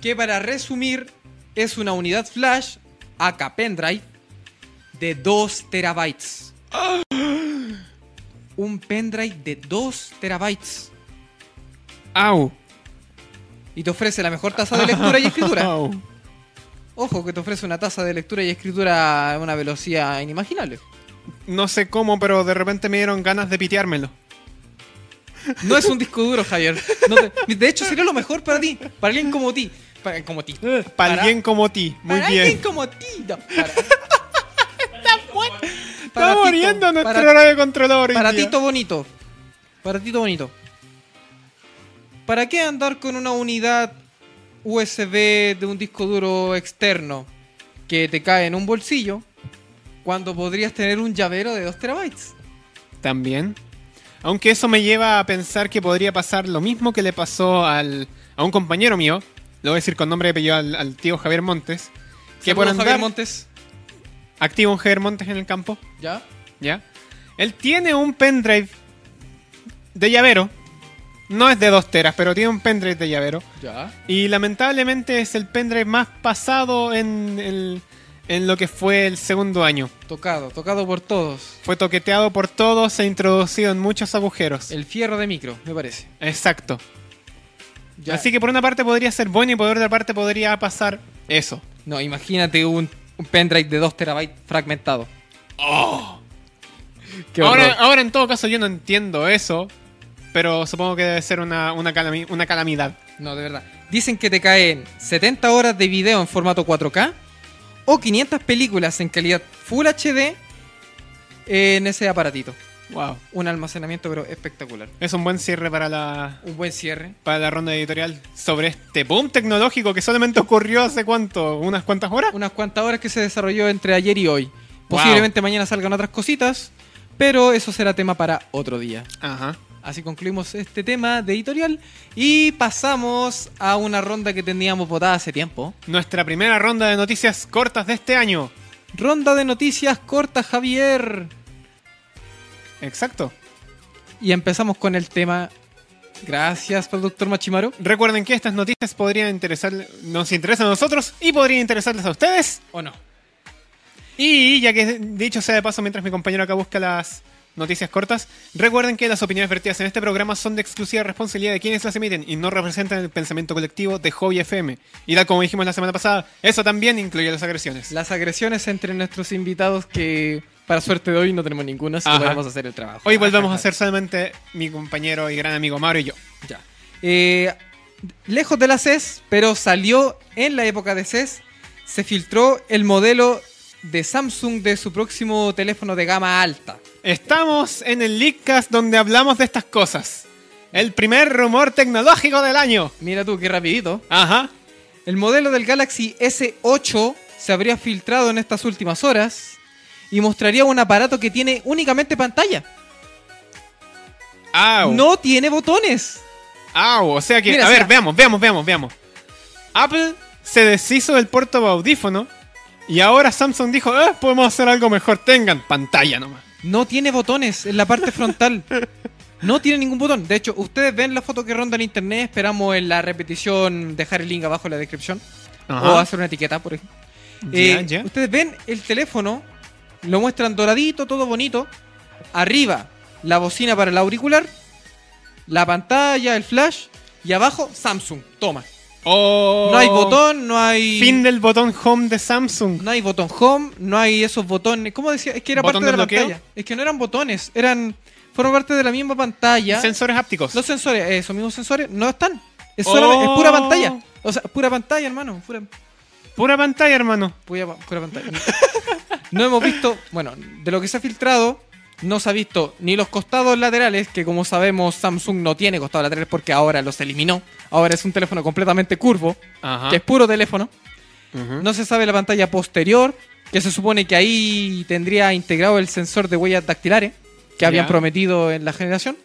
Que para resumir, es una unidad flash, AK pendrive, de 2 terabytes. Un pendrive de 2 terabytes.
Au.
Y te ofrece la mejor tasa de lectura
(laughs)
y escritura.
Au.
Ojo que te ofrece una tasa de lectura y escritura a una velocidad inimaginable.
No sé cómo, pero de repente me dieron ganas de piteármelo.
No es un disco duro, Javier. No te- de hecho, sería lo mejor para ti. Para alguien como ti. Eh, Para, como ti.
Para, alguien como ti. Muy
para
bien.
alguien como ti.
(laughs)
no, para-
Está
para tito,
muriendo nuestro
para-
horario controlador. hoy
Para
día.
Tito Bonito. Para Tito Bonito. ¿Para qué andar con una unidad USB de un disco duro externo que te cae en un bolsillo cuando podrías tener un llavero de 2 terabytes?
También. Aunque eso me lleva a pensar que podría pasar lo mismo que le pasó al, a un compañero mío. Lo voy a decir con nombre y apellido al, al tío Javier Montes. Que por
Saludos,
andar
Javier Montes.
activo un Javier Montes en el campo.
¿Ya?
¿Ya? Él tiene un pendrive de llavero. No es de 2 teras, pero tiene un pendrive de llavero.
Ya.
Y lamentablemente es el pendrive más pasado en, el- en lo que fue el segundo año.
Tocado, tocado por todos.
Fue toqueteado por todos e introducido en muchos agujeros.
El fierro de micro, me parece.
Exacto.
Ya.
Así que por una parte podría ser bueno y por otra parte podría pasar eso.
No, imagínate un, un pendrive de 2 terabytes fragmentado. Oh. Qué
Ahora,
horror.
ahora en todo caso yo no entiendo eso, pero supongo que debe ser una, una, calami- una calamidad.
No, de verdad. Dicen que te caen 70 horas de video en formato 4K o 500 películas en calidad Full HD en ese aparatito.
Wow.
Un almacenamiento, pero espectacular.
Es un buen cierre para la,
Un buen cierre.
para la ronda editorial sobre este boom tecnológico que solamente ocurrió hace cuánto, unas cuantas horas.
Unas cuantas horas que se desarrolló entre ayer y hoy. Posiblemente mañana salgan otras cositas, pero eso será tema para otro día.
Ajá.
Así concluimos este tema de editorial y pasamos a una ronda que teníamos votada hace tiempo.
Nuestra primera ronda de noticias cortas de este año.
Ronda de noticias corta, Javier.
Exacto.
Y empezamos con el tema. Gracias, productor Machimaro.
Recuerden que estas noticias podrían interesar, nos interesan a nosotros y podrían interesarles a ustedes.
¿O no?
Y ya que dicho sea de paso, mientras mi compañero acá busca las noticias cortas, recuerden que las opiniones vertidas en este programa son de exclusiva responsabilidad de quienes las emiten y no representan el pensamiento colectivo de Hobby FM. Y tal como dijimos la semana pasada, eso también incluye las agresiones.
Las agresiones entre nuestros invitados que, para suerte de hoy, no tenemos ninguna, así que
Ajá.
podemos hacer el trabajo.
Hoy volvemos a ser solamente mi compañero y gran amigo Mauro y yo.
Ya. Eh, lejos de la CES, pero salió en la época de CES, se filtró el modelo de Samsung de su próximo teléfono de gama alta.
Estamos en el Leakcast donde hablamos de estas cosas. El primer rumor tecnológico del año.
Mira tú, qué rapidito.
Ajá.
El modelo del Galaxy S8 se habría filtrado en estas últimas horas y mostraría un aparato que tiene únicamente pantalla.
Au.
No tiene botones.
Au. Ah, O sea que.
Mira,
a
o sea-
ver, veamos, veamos, veamos, veamos. Apple se deshizo del puerto de audífono. Y ahora Samsung dijo: "Eh, podemos hacer algo mejor. Tengan pantalla nomás.
No tiene botones en la parte frontal. No tiene ningún botón. De hecho, ustedes ven la foto que ronda en internet. Esperamos en la repetición dejar el link abajo en la descripción. O hacer una etiqueta, por ejemplo.
Ya,
Eh,
ya.
Ustedes ven el teléfono. Lo muestran doradito, todo bonito. Arriba, la bocina para el auricular. La pantalla, el flash. Y abajo, Samsung. Toma.
Oh.
No hay botón, no hay...
Fin del botón home de Samsung.
No hay botón home, no hay esos botones. ¿Cómo decía? Es que era
¿Botón
parte de la
de bloqueo?
pantalla. Es que no eran botones, eran. Forman parte de la misma pantalla.
Sensores hápticos.
Los sensores, eh, esos mismos sensores, no están. Es,
Oh.
solamente- es pura pantalla. O sea, pura pantalla, hermano. Pura,
Pura pantalla, hermano.
pura- pura pantalla. (laughs) No hemos visto. Bueno, de lo que se ha filtrado, no se ha visto ni los costados laterales, que como sabemos, Samsung no tiene costados laterales porque ahora los eliminó. Ahora es un teléfono completamente curvo,
Ajá.
que es puro teléfono.
Ujú.
No se sabe la pantalla posterior, que se supone que ahí tendría integrado el sensor de huellas dactilares que habían
Ya.
prometido en la generación.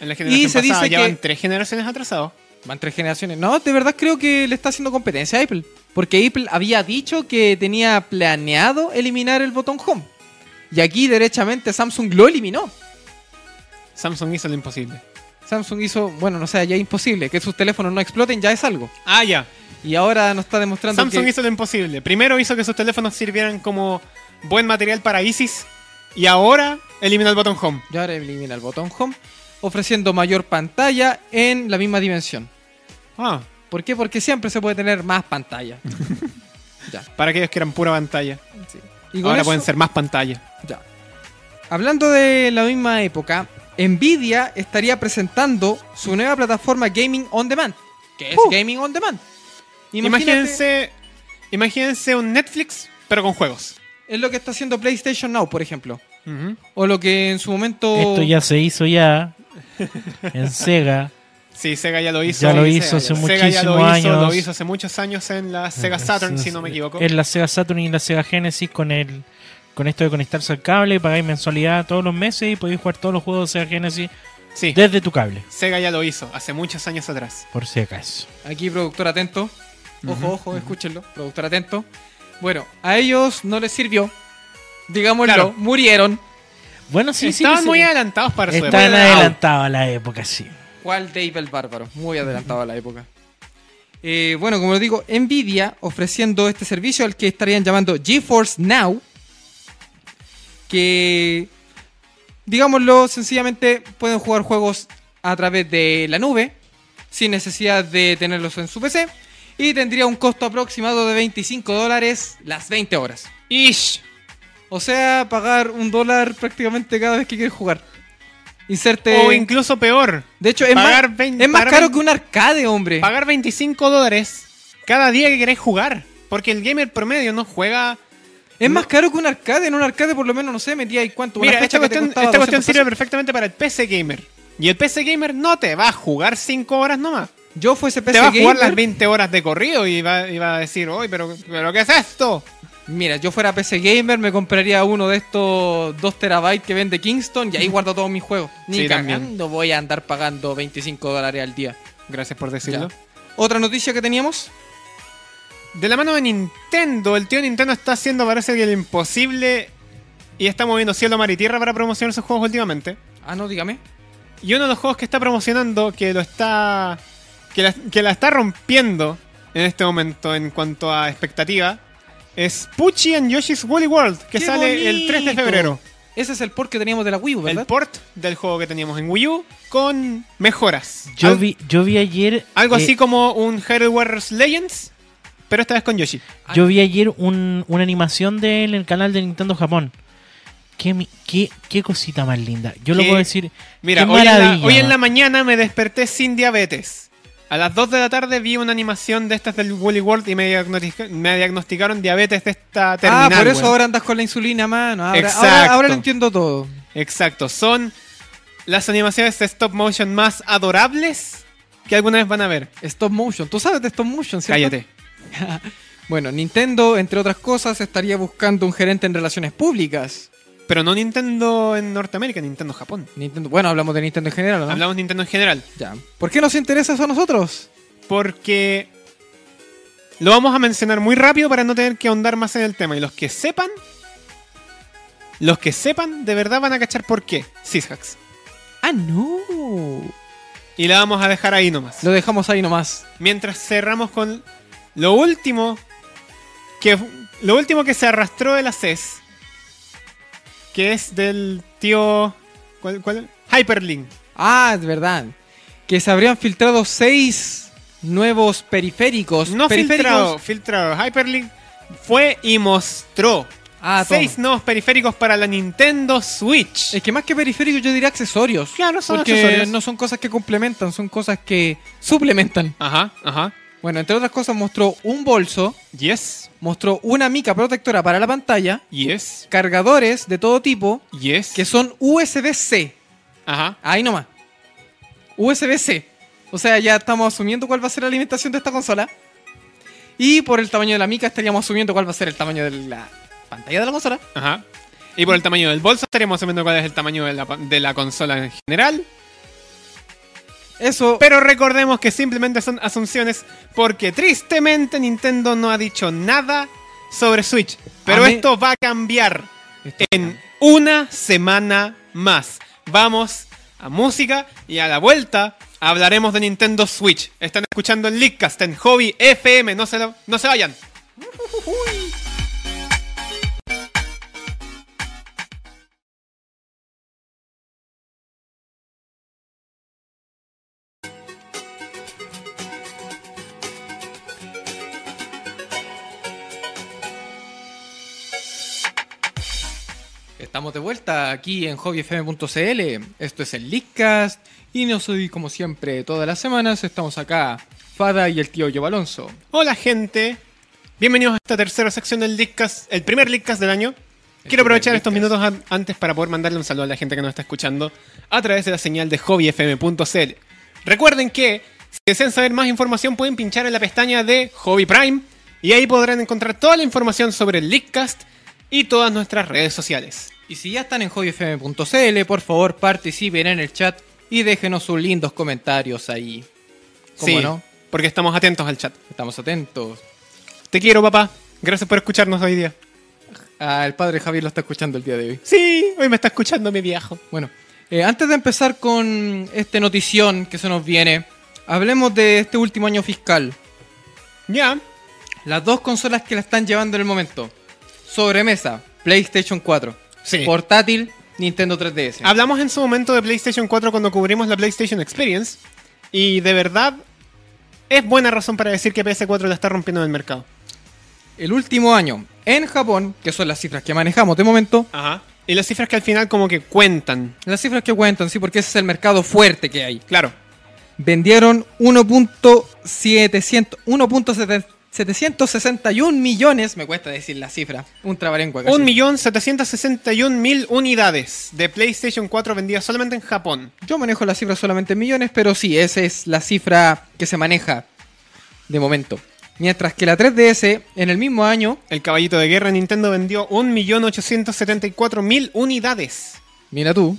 En la generación
se dice
pasada ya
que-
van tres generaciones atrasados.
Van tres generaciones. No, de verdad creo que le está haciendo competencia a Apple. Porque Apple había dicho que tenía planeado eliminar el botón Home. Y aquí, derechamente, Samsung lo eliminó.
Samsung hizo lo imposible.
Samsung hizo, bueno, no sé, ya es imposible. Que sus teléfonos no exploten ya es algo.
Ah, ya.
Y ahora nos está demostrando
Samsung
que...
hizo lo imposible. Primero hizo que sus teléfonos sirvieran como buen material para ISIS y ahora eliminó el botón home.
Y ahora elimina el botón Home, ofreciendo mayor pantalla en la misma dimensión.
Ah,
¿Por qué? Porque siempre se puede tener más pantalla.
para aquellos que eran pura pantalla.
Y con
Ahora
eso-
pueden ser más pantalla.
ya. Hablando de la misma época, Nvidia estaría presentando su nueva plataforma Gaming On Demand. Que es
Uh.
Gaming On Demand. Imagínate,
Imagínense, imagínense un Netflix, pero con juegos.
Es lo que está haciendo PlayStation Now, por ejemplo.
Ujú.
O lo que en su momento.
Esto ya se hizo ya en Sega.
Sí, Sega ya lo hizo.
ya lo
sí, Sega
hizo hace
ya-
Sega
muchísimos
ya lo hizo,
años. Eh,
lo hizo hace muchos años en la Sega Saturn, si no me equivoco.
En la Sega Saturn y la Sega Genesis con el con esto de conectarse al cable, pagáis mensualidad todos los meses y podéis jugar todos los juegos de Sega Genesis
Sí,
desde tu cable,
Sega ya lo hizo, hace muchos años atrás.
por si acaso.
Aquí, productor atento. Ojo, ojo, escúchenlo. Productor atento. Bueno, a ellos no les sirvió. Digámoslo,
Claro.
murieron.
Bueno, sí, sí,
Estaban
sí,
muy
sí.
adelantados para su
Estaban
época.
adelantados a la época, sí.
¿Cuál Dave el Bárbaro? Muy adelantado a la época. Eh, bueno, como lo digo, Nvidia ofreciendo este servicio al que estarían llamando GeForce Now, que, digámoslo, sencillamente pueden jugar juegos a través de la nube, sin necesidad de tenerlos en su PC, y tendría un costo aproximado de 25 dólares las 20 horas.
Ish.
O sea, pagar un dólar prácticamente cada vez que quieres jugar. Inserte...
O incluso peor,
De hecho, es
Pagar
más,
vein-
es más
pagar
caro
vein-
que un arcade, hombre.
pagar 25 dólares cada día que querés jugar. Porque el gamer promedio no juega
Es más caro que un arcade. En un arcade, por lo menos, no sé, metía ahí cuánto. Una
Mira,
fecha
esta
que te
cuestión,
costaba
esta cuestión
200
sirve
pesos.
perfectamente para el PC Gamer. Y el PC Gamer no te va a jugar 5 horas nomás.
Yo fuese PC
te va a jugar
gamer-
las 20 horas de corrido y va, y va a decir, oye, pero, pero ¿qué es esto?
Mira, yo fuera PC Gamer, me compraría uno de estos 2 terabytes que vende Kingston y ahí guardo todos
(laughs)
mis juegos. Ni
Sí, también.
cagando voy a andar pagando 25 dólares al día.
Gracias por decirlo.
Ya. Otra noticia que teníamos.
De la mano de Nintendo, el tío Nintendo está haciendo, parece que el imposible y está moviendo cielo, mar y tierra para promocionar sus juegos últimamente.
Ah, no, dígame.
Y uno de los juegos que está promocionando, que lo está. que la, que la está rompiendo en este momento en cuanto a expectativa, es Pucci and Yoshi's Woolly World, que
¡Qué
sale el
bonito!
3 de febrero.
Ese es el port que teníamos de la Wii U,
El
¿verdad?
port del juego que teníamos en Wii U con mejoras.
Yo
Al-
vi, yo vi ayer.
algo
eh,
así como un Hyrule Warriors Legends, pero esta vez con Yoshi.
Yo vi ayer un- una animación de él en el canal de Nintendo Japón. Qué, mi- qué, qué cosita más linda. Yo lo
Qué-
puedo decir. eh,
Mira,
Qué
hoy en, la,
maravilla.
hoy en la mañana me desperté sin diabetes. A las 2 de la tarde vi una animación de estas del Woolly World y me, diagnostica- me diagnosticaron diabetes de esta terminal.
ah, por eso
weón.
ahora andas con la insulina, mano. Ahora, ahora,
Exacto.
ahora lo entiendo todo.
Exacto, son las animaciones de stop motion más adorables que alguna vez van a ver.
Stop motion. Tú sabes de stop motion, ¿cierto?
Cállate.
Bueno, Nintendo, entre otras cosas, estaría buscando un gerente en relaciones públicas.
Pero no Nintendo en Norteamérica, Nintendo Japón.
Nintendo, bueno, hablamos de Nintendo en general, ¿no?
Hablamos Nintendo en general.
Ya. ¿Por qué nos interesa eso a nosotros?
Porque lo vamos a mencionar muy rápido para no tener que ahondar más en el tema. Y los que sepan, los que sepan, de verdad van a cachar por qué. Sishacks.
Ah, no.
Y la vamos a dejar ahí nomás.
Lo dejamos ahí nomás.
Mientras cerramos con lo último que lo último que se arrastró de la CES, que es del tío ¿cuál, cuál? Hyperlink.
Ah, es verdad. Que se habrían filtrado seis nuevos periféricos.
No filtrado,
Periféricos-
filtrado. Hyperlink fue y mostró
Ah, toma.
seis nuevos periféricos para la Nintendo Switch.
Es que más que periféricos yo diría accesorios.
Claro, son
porque
accesorios.
no son cosas que complementan, son cosas que suplementan.
Ajá, ajá.
Bueno, entre otras cosas mostró un bolso,
Yes,
mostró una mica protectora para la pantalla,
yes,
cargadores de todo tipo
yes.
que son USB-C.
Ajá.
Ahí nomás. USB-C. O sea, ya estamos asumiendo cuál va a ser la alimentación de esta consola. Y por el tamaño de la mica estaríamos asumiendo cuál va a ser el tamaño de la pantalla de la consola.
Ajá. Y por el tamaño del bolso estaríamos sabiendo cuál es el tamaño de la, pa- de la consola en general.
Eso.
Pero recordemos que simplemente son asunciones porque tristemente Nintendo no ha dicho nada sobre Switch. Pero
A mí-
esto va a cambiar en una semana más. Vamos a música y a la vuelta hablaremos de Nintendo Switch. Están escuchando el Leadcast en Hobby FM. No se, lo- no se vayan.
Estamos de vuelta aquí en hobbyfm.cl. Esto es el Leakcast. Y no soy como siempre todas las semanas. Estamos acá, Fada y el tío Yo Alonso.
Hola gente, bienvenidos a esta tercera sección del Leadcast, el primer Leadcast del año. Quiero aprovechar estos minutos an- antes para poder mandarle un saludo a la gente que nos está escuchando a través de la señal de hobbyfm.cl. Recuerden que si desean saber más información pueden pinchar en la pestaña de Hobby Prime y ahí podrán encontrar toda la información sobre el Leadcast y todas nuestras redes sociales.
Y si ya están en hobbyfm.cl, por favor participen en el chat y déjenos sus lindos comentarios ahí. ¿Cómo
Sí,
no?
Porque estamos atentos al chat.
Estamos atentos.
Te quiero papá, gracias por escucharnos hoy día.
Ah, el padre Javier lo está escuchando el día de hoy.
Sí, hoy me está escuchando mi viejo.
Bueno, eh, antes de empezar con este notición que se nos viene, hablemos de este último año fiscal.
Ya,
Las dos consolas que la están llevando en el momento. Sobremesa, PlayStation 4.
sí. Ah.
Portátil, Nintendo 3DS.
Hablamos en su momento de PlayStation 4 cuando cubrimos la PlayStation Experience. Y de verdad, es buena razón para decir que PS4 la está rompiendo en el mercado.
El último año, en Japón, que son las cifras que manejamos de momento,
Ajá. Y las cifras que al final como que cuentan.
Las cifras que cuentan, sí, porque ese es el mercado fuerte que hay.
Claro.
Vendieron 1.700, 1.700 761 millones, me cuesta decir la cifra, un trabarengua casi.
1.761.000 unidades de PlayStation 4 vendidas solamente en Japón.
Yo manejo la cifra solamente en millones, pero sí, esa es la cifra que se maneja de momento. Mientras que la 3DS, en el mismo año,
El caballito de guerra Nintendo vendió 1.874.000 unidades.
mira tú,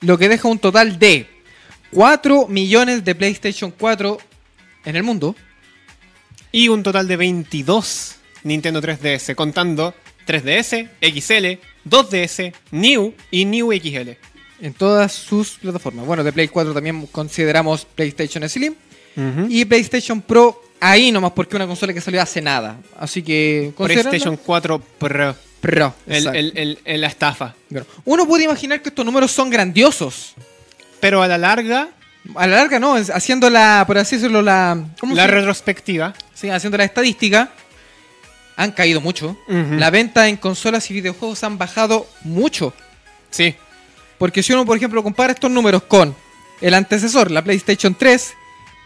lo que deja un total de 4 millones de PlayStation 4 en el mundo.
Y un total de 22 Nintendo 3DS, contando 3DS, XL, 2DS, New y New XL.
En todas sus plataformas. Bueno, de Play 4 también consideramos PlayStation Slim. Y PlayStation Pro, ahí nomás, porque es una consola que salió hace nada. Así que. considerando-
PlayStation 4 Pro.
Pro.
El-
exacto.
el- el- el- la estafa.
Bueno, uno puede imaginar que estos números son grandiosos.
Pero a la larga,
A la larga, ¿no? Es- Haciendo la, por así decirlo, la. ¿cómo
la
se-
retrospectiva.
sí, haciendo la estadística, han caído mucho.
Ujú.
La venta en consolas y videojuegos han bajado mucho.
Sí.
Porque si uno, por ejemplo, compara estos números con el antecesor, la PlayStation 3,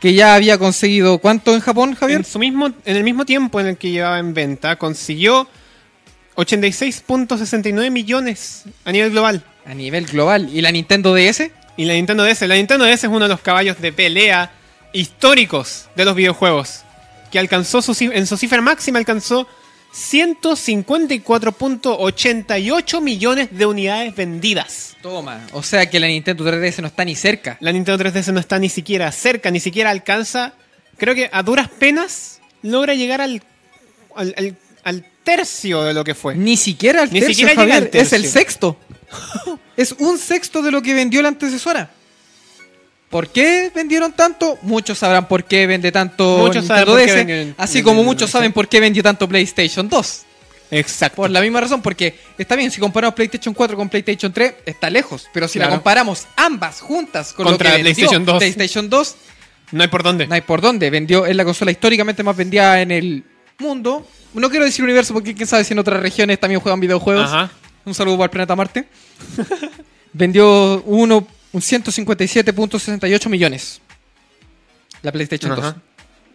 que ya había conseguido cuánto en Japón, Javier?
En, su mismo, en el mismo tiempo en el que llevaba en venta, consiguió 86.69 millones a nivel global.
A nivel global. ¿Y la Nintendo DS?
Y la Nintendo DS. La Nintendo DS es uno de los caballos de pelea históricos de los videojuegos. Que alcanzó su, cif- en su cifra máxima alcanzó 154.88 millones de unidades vendidas.
Toma. O sea que la Nintendo 3DS no está ni cerca.
La Nintendo 3DS no está ni siquiera cerca, ni siquiera alcanza. Creo que a duras penas logra llegar al, al, al- al tercio de lo que fue.
Ni siquiera al
Ni
tercio,
siquiera llega
Javier.
al tercio.
Es el sexto. (laughs) es un sexto de lo que vendió la antecesora. ¿Por qué vendieron tanto? Muchos sabrán por qué vende tanto
Muchos saben
Nintendo
por qué
DS,
vendió-
así como
vendió-
muchos saben por qué vendió tanto PlayStation 2.
Exacto.
Por la misma razón, porque está bien, si comparamos PlayStation 4 con PlayStation 3, está lejos. Pero si la
Claro.
comparamos ambas juntas con
Contra
lo
la
que vendió
PlayStation 2.
PlayStation 2,
No hay por dónde.
no hay por dónde. Vendió, es la consola históricamente más vendida en el mundo. No quiero decir universo porque quién sabe si en otras regiones también juegan videojuegos.
Ajá.
Un saludo para el planeta Marte. (laughs) Vendió uno, un 157.68 millones. La PlayStation
Ajá.
2.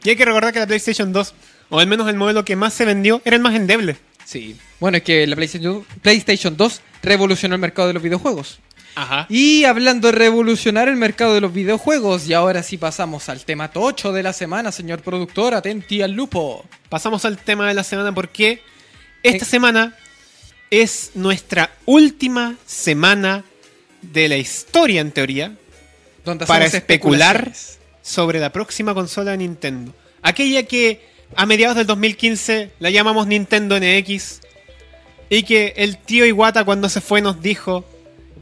Y hay que recordar que la PlayStation 2, o al menos el modelo que más se vendió, era el más endeble.
Sí. Bueno, es que la PlayStation, PlayStation 2 revolucionó el mercado de los videojuegos.
Ajá.
Y hablando de revolucionar el mercado de los videojuegos, y ahora sí pasamos al tema tocho de la semana, señor productor, atenti al lupo.
Pasamos al tema de la semana porque esta
Eh.
semana es nuestra última semana de la historia, en teoría,
Donde
Para
hacemos
especular.
especulaciones.
sobre la próxima consola de Nintendo. Aquella que a mediados del 2015 la llamamos Nintendo NX y que el tío Iwata cuando se fue nos dijo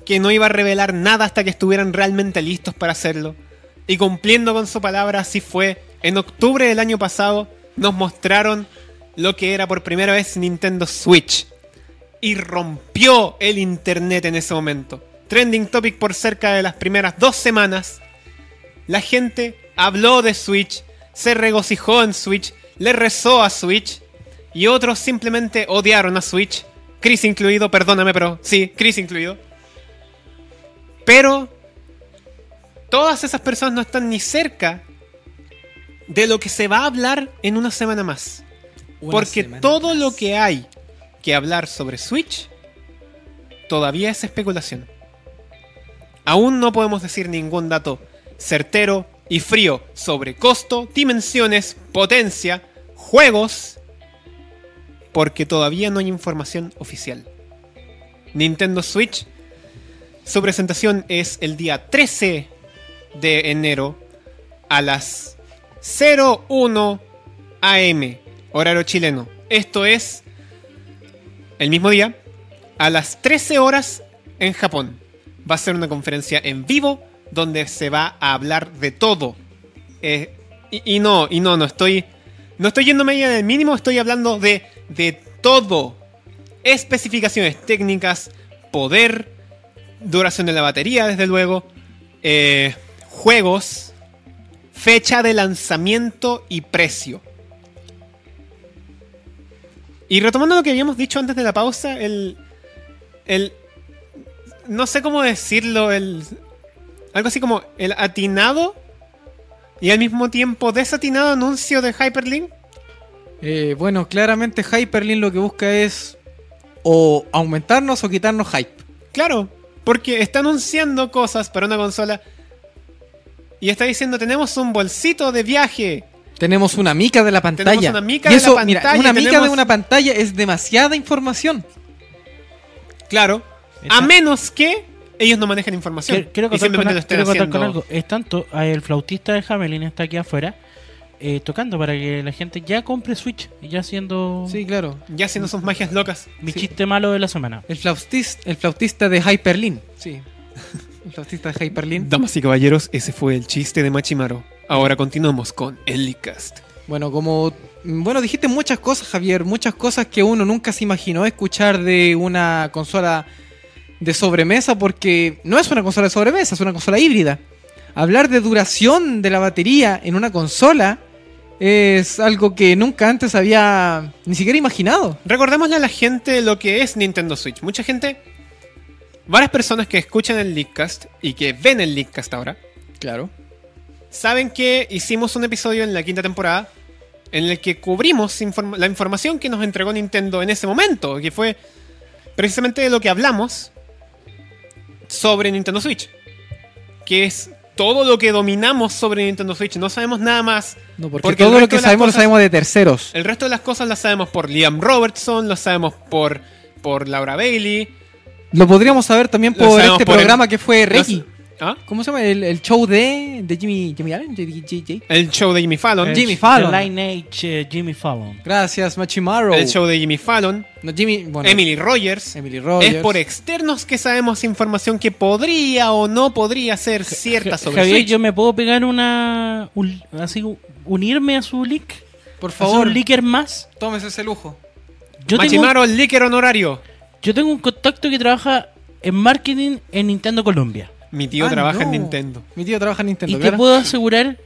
que no iba a revelar nada hasta que estuvieran realmente listos para hacerlo. Y cumpliendo con su palabra, así fue. En octubre del año pasado nos mostraron lo que era por primera vez Nintendo Switch. Y rompió el internet en ese momento. Trending topic por cerca de las primeras dos semanas. La gente habló de Switch, se regocijó en Switch, le rezó a Switch y otros simplemente odiaron a Switch. Chris incluido, perdóname, pero sí, Chris incluido. Pero todas esas personas no están ni cerca de lo que se va a hablar en una semana más.
Una
Porque
semana
todo
más.
lo que hay que hablar sobre Switch todavía es especulación. Aún no podemos decir ningún dato certero y frío sobre costo, dimensiones, potencia, juegos, porque todavía no hay información oficial. Nintendo Switch, su presentación es el día 13 de enero a las 01 AM, horario chileno. Esto es el mismo día, a las 13 horas en Japón. Va a ser una conferencia en vivo donde se va a hablar de todo. Eh, y, y no, y no, no estoy. No estoy yéndome ahí del mínimo, estoy hablando de, de todo. Especificaciones técnicas, poder, duración de la batería, desde luego, eh, juegos, fecha de lanzamiento y precio. Y retomando lo que habíamos dicho antes de la pausa, el. El. No sé cómo decirlo, el. Algo así como el atinado y al mismo tiempo desatinado anuncio de Hyperlink.
Eh, bueno, claramente Hyperlink lo que busca es o aumentarnos o quitarnos hype.
Claro, porque está anunciando cosas para una consola y está diciendo tenemos un bolsito de viaje.
Tenemos una mica de la pantalla.
una mica
Y
de
eso,
la
mira,
pantalla,
una mica de
tenemos-
una pantalla es demasiada información.
Claro, a
Está-
menos que ellos no manejen información.
Quiero, quiero
y
contar, con,
simplemente lo
al-
estén
quiero contar con
haciendo.
algo. Es tanto, ah, el flautista de Javelin está aquí afuera eh, tocando para que la gente ya compre Switch. y Ya haciendo
Sí, claro.
Ya haciendo sus magias locas.
mi
sí.
chiste malo de la semana.
El flautista, el flautista de Hyperlink. Sí. (laughs) El flautista de Hyperlink.
Damas y caballeros, ese fue el chiste de Machimaro. Ahora continuamos con el Leakcast.
Bueno, como bueno, dijiste muchas cosas, Javier, muchas cosas que uno nunca se imaginó escuchar de una consola de sobremesa porque no es una consola de sobremesa, es una consola híbrida. Hablar de duración de la batería en una consola es algo que nunca antes había ni siquiera imaginado.
Recordémosle a la gente lo que es Nintendo Switch. Mucha gente, varias personas que escuchan el Leakcast y que ven el Leakcast ahora,
Claro.
saben que hicimos un episodio en la quinta temporada en el que cubrimos inform- la información que nos entregó Nintendo en ese momento, que fue precisamente de lo que hablamos sobre Nintendo Switch, que es todo lo que dominamos sobre Nintendo Switch, no sabemos nada más.
No, porque,
Porque el
todo lo
resto
que
de las
sabemos lo
cosas-
sabemos de terceros.
El resto de las cosas las sabemos por Liam Robertson, las sabemos por, por Laura Bailey.
Lo podríamos saber también
Lo
por
sabemos
este
por el-
programa que fue Reggie.
las- ¿Ah?
¿Cómo se llama? El, el show de, de Jimmy, Jimmy Allen. J- J- J-
El show de Jimmy Fallon.
Eh,
Jimmy
The
Fallon.
Lineage, eh, Jimmy Fallon.
Gracias, Machimaro.
El show de Jimmy Fallon.
No, Jimmy, bueno,
Emily Rogers.
Emily Rogers.
Es por externos que sabemos información que podría o no podría ser
Ja-
cierta sobre
Javier,
Switch.
yo me puedo pegar una. un- así, unirme a su leak.
Por
¿Hacer
favor,
un leaker más.
tómese ese lujo.
Yo tengo, un-
Machimaro, el líquido honorario.
yo tengo un contacto que trabaja en marketing en Nintendo Colombia.
Mi tío
Ah,
trabaja en
no.
Nintendo.
Mi tío trabaja en Nintendo.
y te
claro.
puedo asegurar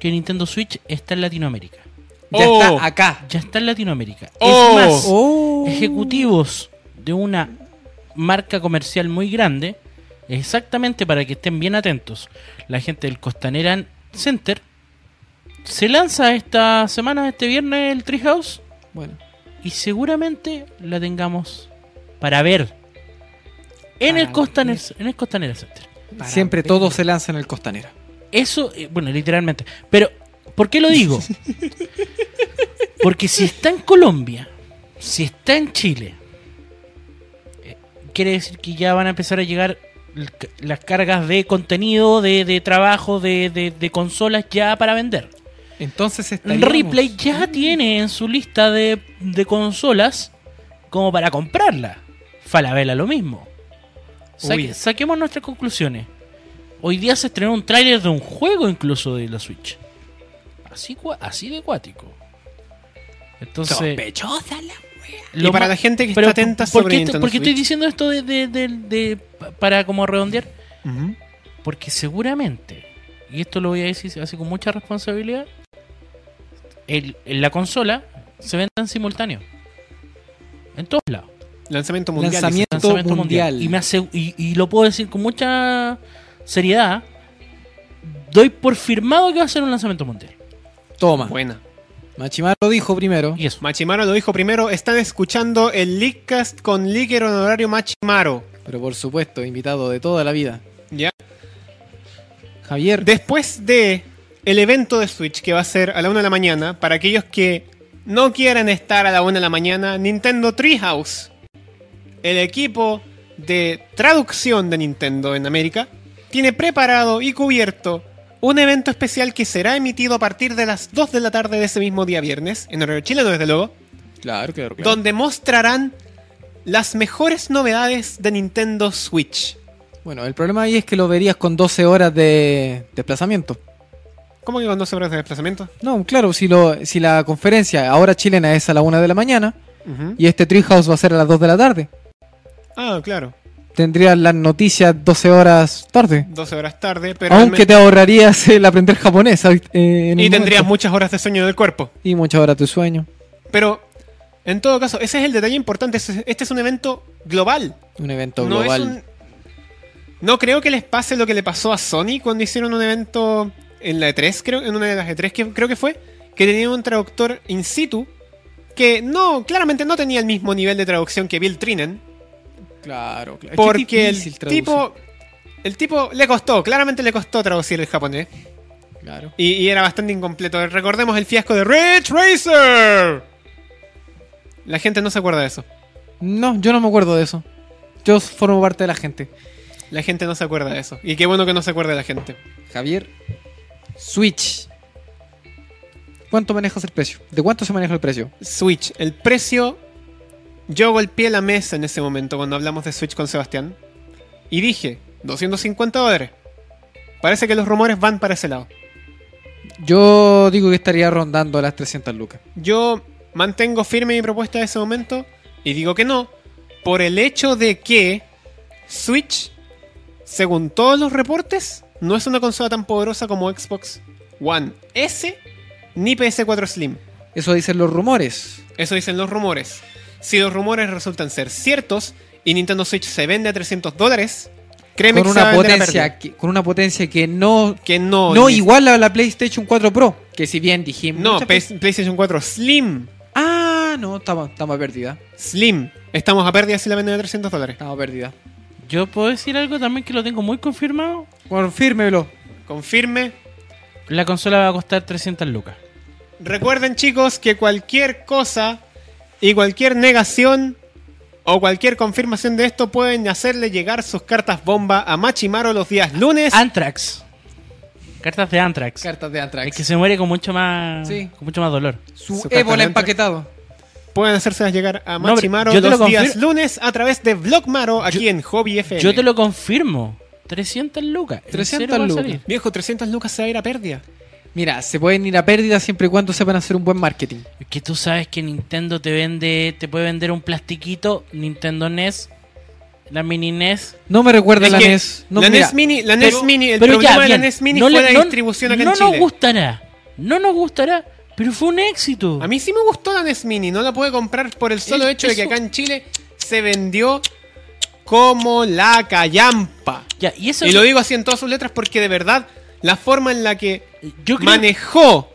que Nintendo Switch está en Latinoamérica.
Ya
Oh.
está acá.
Ya está en Latinoamérica.
Oh.
Es más,
Oh.
ejecutivos de una marca comercial muy grande, exactamente para que estén bien atentos, la gente del Costanera Center, se lanza esta semana, este viernes, el Treehouse
Bueno,
y seguramente la tengamos para ver en,
Para
el, Costanera,
ver.
en el Costanera Center.
Para
siempre
ver.
todo se lanza en el costanera.
Eso, eh, bueno, literalmente. Pero, ¿por qué lo
(laughs)
digo? Porque si está en Colombia, si está en Chile, eh, quiere decir que ya van a empezar a llegar l- ca- las cargas de contenido, de, de trabajo, de, de- de consolas ya para vender.
Entonces está.
Replay ya tiene en su lista de, de consolas como para comprarla. Falabella lo mismo. Saque-
Uy.
saquemos nuestras conclusiones. Hoy día se estrenó un tráiler de un juego incluso de la Switch. Así, cua- así de cuático. Entonces,
Y
lo
para
ma-
la gente que
pero
está atenta
¿por
sobre
qué,
Nintendo
por qué estoy
Switch.
diciendo esto de, de- de- de- pa- para como redondear?
Ujú.
Porque seguramente, y esto lo voy a decir así con mucha responsabilidad, el- en la consola se vende en simultáneo. En todos lados.
Lanzamiento mundial.
Lanzamiento,
Lanzamiento
mundial.
Y, me asegu- y, y lo puedo decir con mucha seriedad. Doy por firmado que va a ser un lanzamiento mundial.
Toma.
dice. Buena.
Machimaro lo dijo primero.
Y eso.
Machimaro lo dijo primero. Están escuchando el Leakcast con líquido honorario Machimaro.
Pero por supuesto, invitado de toda la vida.
Ya.
Javier.
Después de el evento de Switch que va a ser a la 1 de la mañana, para aquellos que no quieran estar a la 1 de la mañana, Nintendo Treehouse, el equipo de traducción de Nintendo en América, tiene preparado y cubierto un evento especial que será emitido a partir de las 2 de la tarde de ese mismo día viernes, en horario chileno desde luego,
Claro, claro, claro.
donde mostrarán las mejores novedades de Nintendo Switch.
Bueno, el problema ahí es que lo verías con 12 horas de desplazamiento.
¿Cómo que con dos horas de desplazamiento?
No, claro, si, lo, si la conferencia ahora chilena es a la 1 de la mañana
Ujú.
y este Treehouse va a ser a las 2 de la tarde,
Ah, claro.
tendrías las noticias 12 horas tarde.
12 horas tarde, pero
Aunque te ahorrarías el aprender japonés. ¿sabes? Eh, en
y
el
tendrías
momento.
muchas horas de sueño del cuerpo.
y muchas horas de sueño.
Pero en todo caso, ese es el detalle importante. Ese- Este es un evento global.
Un evento
No es
global.
un- No creo que les pase lo que le pasó a Sony cuando hicieron un E evento en la E3, creo, en una de las E3 que creo que fue, que tenía un traductor in situ que no, claramente no tenía el mismo nivel de traducción que Bill Trinen,
Claro, claro. Es que es
porque
difícil
el
traducir.
tipo, el tipo le costó, claramente le costó traducir el japonés.
Claro.
Y, y era bastante incompleto. Recordemos el fiasco de Red Racer. La gente no se acuerda de eso.
No, yo no me acuerdo de eso. Yo formo parte de la gente.
La gente no se acuerda de eso. Y qué bueno que no se acuerde la gente.
Javier, Switch. ¿Cuánto manejas el precio? ¿De cuánto se maneja el precio?
Switch, el precio. Yo golpeé la mesa en ese momento cuando hablamos de Switch con Sebastián. Y dije, 250 dólares. Parece que los rumores van para ese lado.
Yo digo que estaría rondando las 300 lucas.
Yo mantengo firme mi propuesta de ese momento y digo que no, por el hecho de que Switch, según todos los reportes, no es una consola tan poderosa como Xbox One S ni PS4 Slim.
Eso dicen los rumores.
Eso dicen los rumores. Si los rumores resultan ser ciertos y Nintendo Switch se vende a 300 dólares, créeme
Con
que se va
una,
a vender a pérdida.
potencia que, con una potencia que no,
que no.
no, iguala a la PlayStation 4 Pro. pues, Que si bien dijimos.
No,
muchas veces-
Play- PlayStation 4 Slim.
Ah, no, estamos, estamos perdida.
Slim. Estamos a pérdida si la venden a 300 dólares.
Estamos perdida.
Yo puedo decir algo también que lo tengo muy confirmado.
Confírmelo.
Confirme,
La consola va a costar 300 lucas.
Recuerden chicos que cualquier cosa y cualquier negación o cualquier confirmación de esto pueden hacerle llegar sus cartas bomba a Machimaro los días lunes.
Ah. Anthrax. Cartas de Anthrax.
Cartas de Antrax.
El que se muere con mucho más,
Sí.
con mucho más dolor.
Su
Su carta
ébola
de Antrax.
empaquetado.
Pueden hacérselas llegar a
No,
Machimaro
yo te
los
lo
días
confir-
lunes a través de Vlogmaro aquí en Hobby FM.
Yo te lo confirmo. 300 lucas. ¿En
300
serio va a
lucas.
salir?
Viejo, 300 lucas se va a ir a pérdida.
Mira, se pueden ir a pérdida siempre y cuando sepan hacer un buen marketing.
Es que tú sabes que Nintendo te vende, te puede vender un plastiquito, Nintendo NES, la mini NES.
No me recuerda
Es
la E
que
NES. No,
la
mira,
NES Mini, la NES
Pero-
E Mini, el
pero
problema de la
bien,
NES Mini
no
fue
le-
la
no-
distribución acá
no
en Chile.
nos gustará, no nos gustará, pero fue un éxito.
A mí sí me gustó la NES Mini, no la pude comprar por el solo
El-
hecho de que
eso-
acá en Chile se vendió como la callampa.
Ya, y eso
Y lo digo así en todas sus letras porque de verdad la forma en la que
yo creo
manejó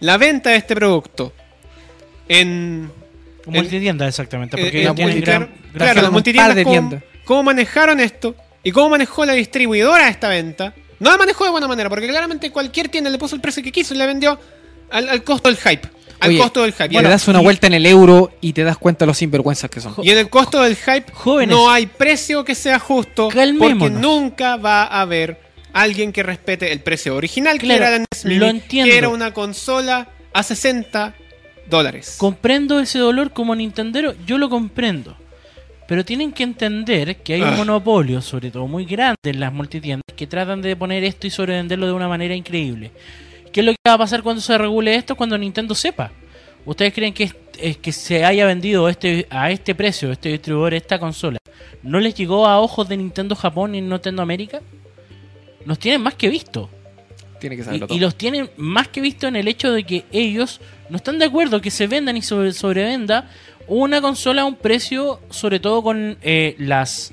la venta de este producto en,
un multitienda exactamente, porque
eh,
ellos
en-
tienen
en-
gran-
claro,
gran-
claro, las
un par
multitiendas
de
cómo,
tiendas.
cómo manejaron esto y cómo manejó la distribuidora esta venta. No la manejó de buena manera porque claramente cualquier tienda le puso el precio que quiso y la vendió al, al costo del hype. Al
Oye,
costo del hype.
te
Y
das una
y-
vuelta en el euro y te das cuenta de los sinvergüenzas que son.
Y en el costo del hype
Jóvenes.
no hay precio que sea justo porque
Calmémonos.
nunca va a haber alguien que respete el precio original que
Claro,
era la NES Mini,
lo entiendo.
que era una consola a 60 dólares.
Comprendo ese dolor como nintendero, yo lo comprendo. Pero tienen que entender que hay un
Ah.
monopolio, sobre todo muy grande en las multitiendas, que tratan de poner esto y sobrevenderlo de una manera increíble. ¿Qué es lo que va a pasar cuando se regule esto? Cuando Nintendo sepa. ¿Ustedes creen que, es, es que se haya vendido este, a este precio, este distribuidor, esta consola? ¿No les llegó a ojos de Nintendo Japón y Nintendo América? Nos tienen más que visto.
Tiene que
Y,
saberlo
y
todo.
los tienen más que visto en el hecho de que ellos no están de acuerdo que se vendan y sobre- sobrevenda una consola a un precio, sobre todo con eh, las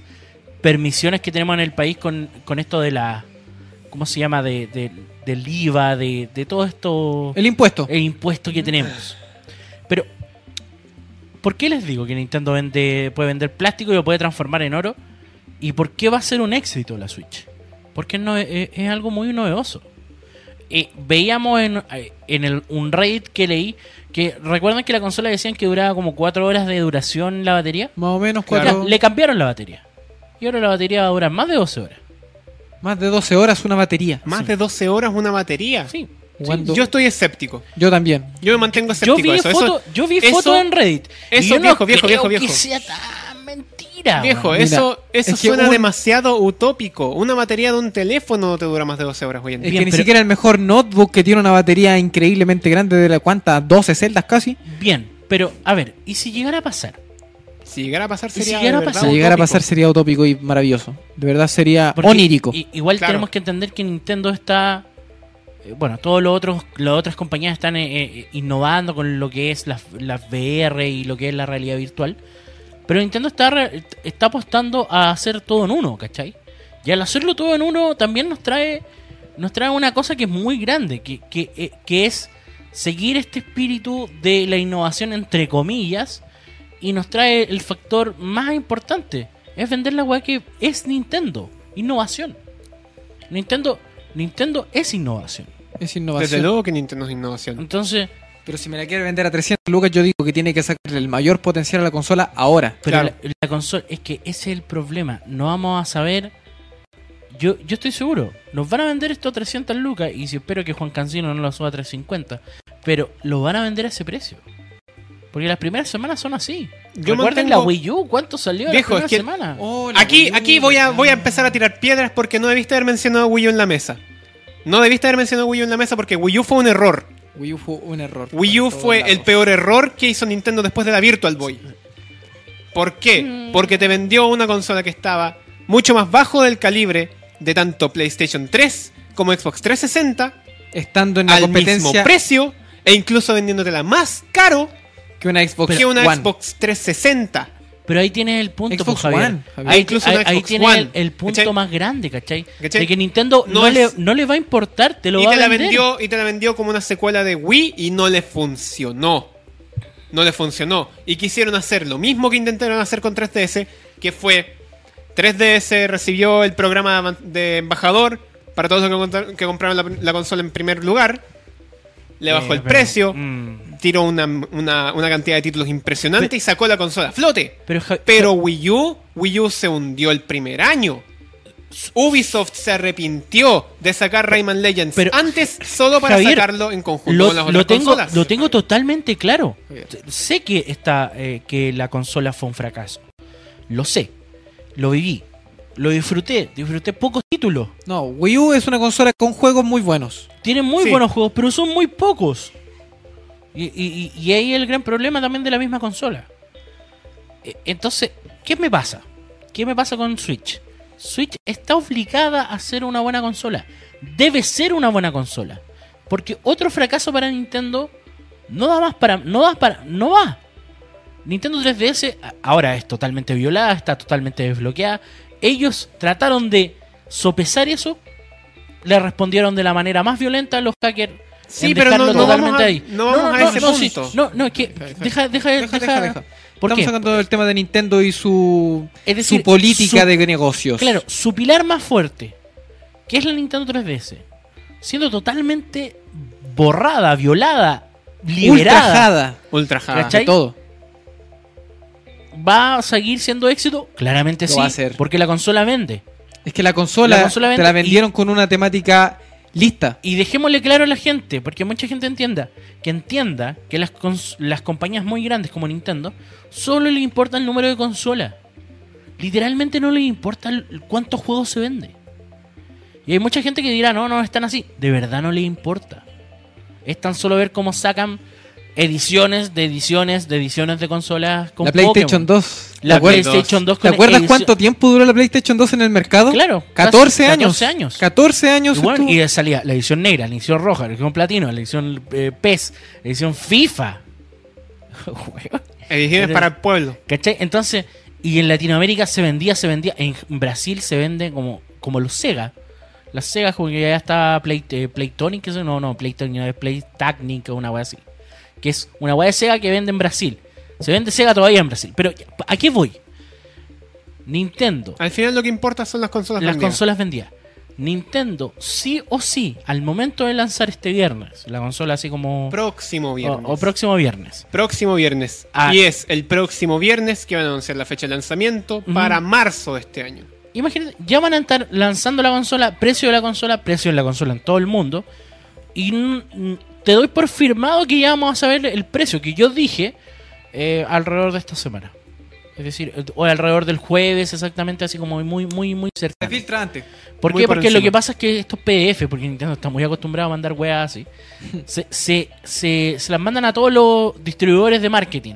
permisiones que tenemos en el país con, con esto de la. ¿Cómo se llama? De, de- del IVA, de, de todo esto.
El impuesto.
El impuesto que tenemos. Pero, ¿por qué les digo que Nintendo vende, puede vender plástico y lo puede transformar en oro? ¿Y por qué va a ser un éxito la Switch? Porque no, es, es algo muy novedoso. Eh, veíamos en, eh, en el, un Reddit que leí que recuerdan que la consola decían que duraba como 4 horas de duración la batería.
Más o menos
Ya,
cuatro,
le cambiaron la batería. Y ahora la batería va a durar más de 12 horas.
más de 12 horas una batería.
Más
Sí.
de 12 horas una batería.
Sí.
Cuando-
Yo
yo,
estoy escéptico.
también.
Yo me mantengo
Yo
escéptico.
vi,
a eso.
foto,
Eso-
yo vi
eso-
foto en Reddit. y
eso,
yo no
viejo, viejo,
creo
viejo, viejo.
Que sea tan mentira.
Viejo,
weón.
Mira,
eso, eso
es que
suena
un-
demasiado utópico. Una batería de un teléfono no te dura más de 12 horas hoy en día.
Es
Bien,
que ni
pero-
siquiera el mejor notebook que tiene una batería increíblemente grande de la cuanta, 12 celdas casi.
eh.
Bien, pero a ver, ¿y si llegara a pasar?
Si llegara a pasar
si
sería de
llegara a
verdad
pasar-
Si llegara a
utópico.
pasar sería utópico y maravilloso. De verdad sería
Porque
onírico.
i- igual
Claro.
tenemos que entender que Nintendo está. eh, Bueno, todos los otros, las otras compañías están eh, eh, innovando con lo que es las las VR y lo que es la realidad virtual. Pero Nintendo está, re- está apostando a hacer todo en uno, ¿cachai? Y al hacerlo todo en uno también nos trae, nos trae una cosa que es muy grande, que, que, eh, que es seguir este espíritu de la innovación entre comillas y nos trae el factor más importante, es vender la weá que es Nintendo, innovación. Nintendo, Nintendo es innovación.
Es
Desde
innovación.
luego que Nintendo es innovación.
Entonces,
Pero si me la quiere vender a 300 lucas, yo digo que tiene que sacarle el mayor potencial a la consola ahora.
Pero
Claro.
la, la consola, es que ese es el problema. No vamos a saber. Yo, yo estoy seguro, nos van a vender esto a 300 lucas. Y si espero que Juan Cancino no lo suba a 350, pero lo van a vender a ese precio. Porque las primeras semanas son así.
Yo
Recuerden
mantengo-
la Wii U, ¿cuánto salió la
Viejo,
primera
es que- oh.
semana?
Aquí, aquí voy, a, voy a empezar a tirar piedras porque no debiste haber mencionado Wii U en la mesa. No debiste haber mencionado Wii U en la mesa porque Wii U fue un error.
Wii U fue un error.
Wii U
Por
fue
todos
el
lados.
peor error que hizo Nintendo después de la Virtual Boy. ¿Por qué? Porque te vendió una consola que estaba mucho más bajo del calibre de tanto PlayStation 3 como Xbox 360
Estando en la
al mismo
competencia
precio e incluso vendiéndotela más caro
que una Xbox
que una
One.
Xbox 360.
Pero ahí tienes el punto,
Xbox
pues, Javier.
One, Javier.
Ahí,
Incluso
ahí-
una
ahí
Xbox
tienes
One,
el, el punto
¿cachai?
más grande, ¿cachai?
¿Cachai?
De que Nintendo no,
No
le,
es-
no le va a importar, te lo
Y
va
te,
a
la
vender.
vendió, y te la vendió como una secuela de Wii y no le funcionó. No le funcionó. Y quisieron hacer lo mismo que intentaron hacer con 3DS, que fue 3DS recibió el programa de embajador para todos los que, contra- que compraron la, la consola en primer lugar. Le
Eh,
bajó el
pero-
precio,
Mm.
tiró una, una- una cantidad de títulos impresionante y sacó la consola a flote.
Pero, Ja-
Pero Wii U, Wii U se hundió el primer año. Ubisoft se arrepintió de sacar Rayman Legends
Pero-
antes solo para
Javier,
sacarlo en conjunto
lo,
con las
lo
otras
tengo,
consolas.
lo tengo totalmente claro.
Javier.
Sé que, está, eh, que la consola fue un fracaso. Lo sé. Lo viví. Lo disfruté. Disfruté pocos títulos.
No, Wii U es una consola con juegos muy buenos.
Tienen muy
Sí.
buenos juegos, pero son muy pocos. Y, y- y- y ahí el gran problema también de la misma consola. E- Entonces, ¿qué me pasa? ¿Qué me pasa con Switch? Switch está obligada a ser una buena consola. Debe ser una buena consola. Porque otro fracaso para Nintendo no da más para. No da para. No va. Nintendo 3DS a- ahora es totalmente violada, está totalmente desbloqueada. Ellos trataron de sopesar eso. Le respondieron de la manera más violenta a los hackers.
Sí,
en
pero
dejarlo
no- no
totalmente
vamos a-
ahí.
no vamos a ese
sí,
punto.
no, no, es que.
Deja, deja.
Deja, deja,
Deja, deja,
Eh, deja-
deja.
¿Por
Estamos
qué?
sacando el tema de Nintendo y su,
Es
su
decir,
política
su-
de negocios.
Claro, su pilar más fuerte, que es la Nintendo 3DS, siendo totalmente borrada, violada, liberada,
Ultrajada.
Ultrajada.
¿Cachai?
De todo.
¿va a seguir siendo éxito? Claramente
Lo
sí,
va a hacer.
porque la consola vende.
Es que la consola,
La consola
te
vende
la
y-
vendieron con una temática lista.
Y dejémosle claro a la gente, porque mucha gente entienda, que entienda que las, cons- las compañías muy grandes como Nintendo solo le importa el número de consolas. Literalmente no le importa el- cuántos juegos se vende. Y hay mucha gente que dirá, no, no, están así. De verdad no le importa. Es tan solo ver cómo sacan ediciones de ediciones de ediciones de consolas con
la PlayStation
Pokémon.
2.
La
¿Te acuerdas?
PlayStation 2
¿Te
con
acuerdas
edici-
cuánto tiempo duró la PlayStation 2 en el mercado?
Claro.
14
casi-
años.
14 años.
14 años.
Y, bueno,
estuvo.
y salía la edición negra, la edición roja, la edición platino, la edición eh, PES, la edición FIFA. Weón,
Ediciones
Pero-
para el pueblo.
¿Cachai? Entonces, y en Latinoamérica se vendía, se vendía. En Brasil se vende como, como los Sega. Las Sega, como que ya está Play, eh, Playtonic, eso no, no, Playtonic, no, es Playtacnic o una wea así. Que es una wea de Sega que vende en Brasil. Se vende Sega todavía en Brasil. Pero, ¿a qué voy? Nintendo
Al final lo que importa son las consolas.
las
vendidas.
consolas vendidas. Nintendo, sí o sí, al momento de lanzar este viernes, la consola así como.
Próximo
o,
viernes.
o Oh, próximo viernes.
próximo viernes.
Ah.
Y es el próximo viernes que van a anunciar la fecha de lanzamiento para marzo de este año.
Imagínate, ya van a estar lanzando la consola, precio de la consola, precio de la consola en todo el mundo. Y n- n- te doy por firmado que ya vamos a saber el precio que yo dije eh, alrededor de esta semana. Es decir, o alrededor del jueves, exactamente así como muy, muy, muy
Se
cerca.
filtra antes.
¿Por
Muy
qué?
por
Porque lo
encima.
que pasa es que estos PDF, porque Nintendo está muy acostumbrado a mandar weas así, se, se, se, se las mandan a todos los distribuidores de marketing.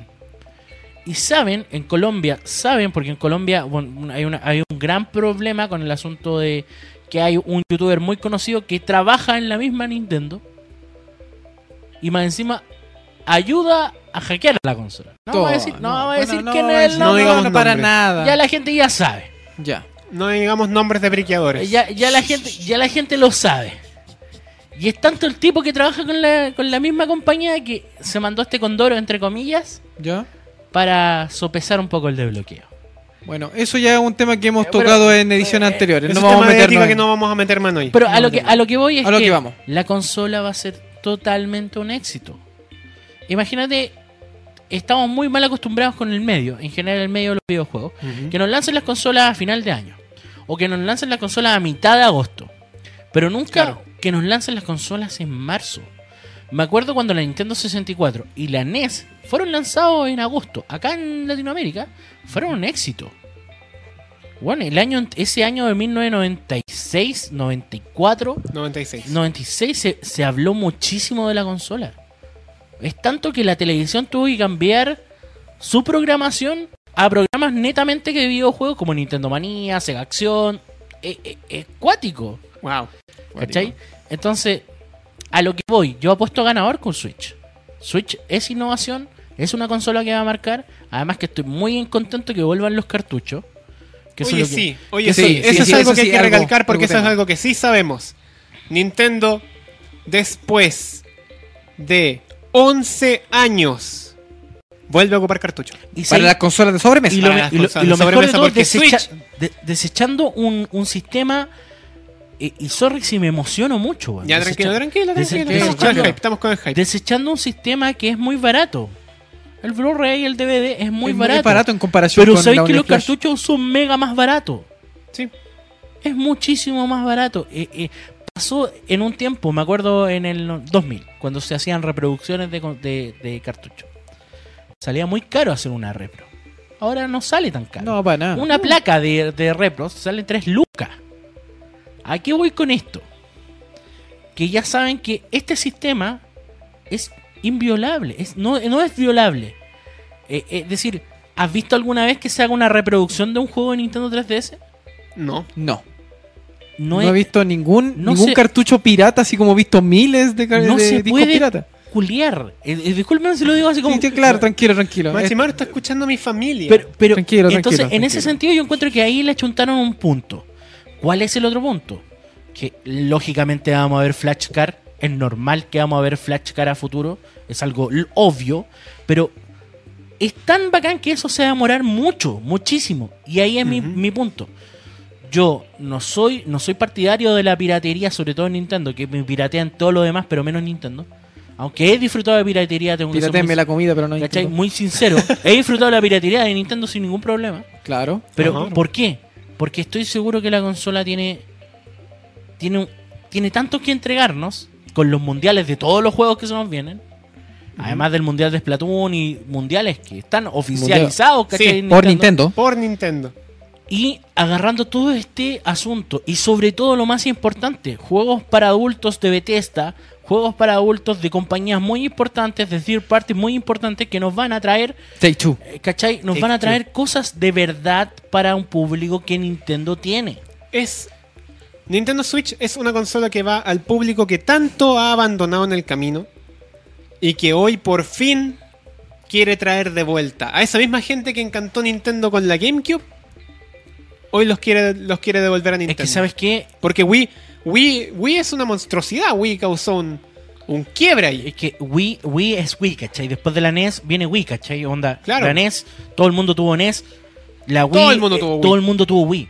Y saben, en Colombia, saben, porque en Colombia bueno, hay, una- hay un gran problema con el asunto de que hay un youtuber muy conocido que trabaja en la misma Nintendo y más encima ayuda a hackear la consola. No vamos a decir, no, vamos a
bueno,
decir
no,
quién
no,
es el
no,
nombre.
digamos
no,
para
nombre.
nada.
Ya la gente ya sabe.
Ya.
Eh,
No digamos nombres de briqueadores.
Ya, ya la gente, ya la gente lo sabe. Y es tanto el tipo que trabaja con la, con la misma compañía que se mandó este condoro, entre comillas,
¿Ya?
para sopesar un poco el desbloqueo.
Bueno, eso ya es un tema que hemos
Eh, pero,
tocado en ediciones
eh,
anteriores.
Es
No
un
vamos a
tema de
meternos
ética que
en-
no vamos a meter mano ahí.
Pero a lo que a lo que voy es
A lo que vamos.
la consola va a ser totalmente un éxito. Imagínate, estamos muy mal acostumbrados con el medio, en general el medio de los videojuegos,
Ujú.
que nos lancen las consolas a final de año o que nos lancen las consolas a mitad de agosto, pero nunca
Claro.
que nos lancen las consolas en marzo. Me acuerdo cuando la Nintendo 64 y la NES fueron lanzados en agosto, acá en Latinoamérica, fueron un éxito. Bueno, el año, ese año de 1996, 94,
96.
96 se, se habló muchísimo de la consola. Es tanto que la televisión tuvo que cambiar su programación a programas netamente que de videojuegos como Nintendo Manía, Sega Acción. Eh, Es cuático,
Wow.
¿cachai? Entonces, a lo que voy, yo apuesto ganador con Switch. Switch es innovación, es una consola que va a marcar. Además que estoy muy contento que vuelvan los cartuchos. Que eso
Oye,
es lo que-
sí, oye,
Sí,
sí,
sí,
Eso es
sí,
algo
eso
que hay
sí,
que
algo,
recalcar porque
algo
eso es
tema.
algo que sí sabemos. Nintendo, después de 11 años, vuelve a ocupar cartucho.
Y
Para
si-
las consolas de sobremesa.
Y lo,
para las
y lo-
consolas
y lo
de
mejor de
sobremesa,
todo,
porque
desecha-
Switch-
de- desechando un, un sistema. eh, y sorry si me emociono mucho. weón.
Ya,
Desecha-
tranquilo, tranquilo,
Desecha-
tranquilo. Estamos con el
desechando,
hype, estamos con el hype.
desechando un sistema que es muy barato. El Blu-ray y el DVD es muy
Es
barato.
en comparación
pero
con
sabéis
la
que los
Uniflash.
cartuchos son mega más baratos.
Sí.
Es muchísimo más barato. Eh, eh, pasó en un tiempo, me acuerdo en el 2000, cuando se hacían reproducciones de, con- de, de cartucho. Salía muy caro hacer una repro. Ahora no sale tan caro.
No, para nada.
(laughs) Una placa de, de repros sale 3 lucas. ¿A qué voy con esto? Que ya saben que este sistema es inviolable, es, no, no es violable. Eh, es decir, ¿has visto alguna vez que se haga una reproducción de un juego de Nintendo 3DS?
No.
No,
No,
no,
es,
he visto ningún,
no
ningún
se-
cartucho pirata, así como he visto miles de, car-
No
de
se
discos
puede
pirata.
culiar. Eh, eh, disculpen si lo digo así como.
Sí, sí, claro, tranquilo, tranquilo. Eh,
Machimaro está escuchando a mi familia.
Pero, pero-
Tranquilo,
entonces,
tranquilo,
en ese
tranquilo.
sentido, yo encuentro que ahí le achuntaron un punto. ¿Cuál es el otro punto? Que lógicamente vamos a ver Flashcar. Es normal que vamos a ver Flashcar a futuro. Es algo l- obvio. Pero es tan bacán que eso se va a demorar mucho, muchísimo. Y ahí es mi,
Ujú.
mi punto. Yo no soy, no soy partidario de la piratería, sobre todo en Nintendo, que me piratean todo lo demás, pero menos Nintendo. Aunque he disfrutado de piratería, tengo que ser muy
Pirateame la comida, pero no hay
¿Cachai?
ningún-
Muy sincero. He disfrutado la piratería de Nintendo sin ningún problema.
Claro.
Pero,
Ajá.
¿por qué? Porque estoy seguro que la consola tiene. Tiene, un- tiene tanto que entregarnos con los mundiales de todos los juegos que se nos vienen. Además del mundial de Splatoon y mundiales que están oficializados,
Sí,
¿cachai?
Por Nintendo.
Por Nintendo.
Y agarrando todo este asunto. Y sobre todo lo más importante, juegos para adultos de Bethesda, juegos para adultos de compañías muy importantes, de third parties muy importantes que nos van a traer
Take Two.
eh, ¿Cachai? Nos van a traer cosas de verdad para un público que Nintendo tiene.
Es. Nintendo Switch es una consola que va al público que tanto ha abandonado en el camino y que hoy por fin quiere traer de vuelta. A esa misma gente que encantó Nintendo con la GameCube, hoy los quiere, los quiere devolver a
Es
Nintendo.
que, ¿sabes qué?
Porque Wii, Wii, Wii es una monstruosidad, Wii causó un, un quiebre ahí.
Es que Wii, Wii es Wii, ¿cachai? Después de la NES viene Wii, ¿cachai? Onda,
Claro.
la NES, todo el mundo tuvo NES. La Wii, eh,
Todo el mundo tuvo Wii.
Todo el mundo tuvo Wii.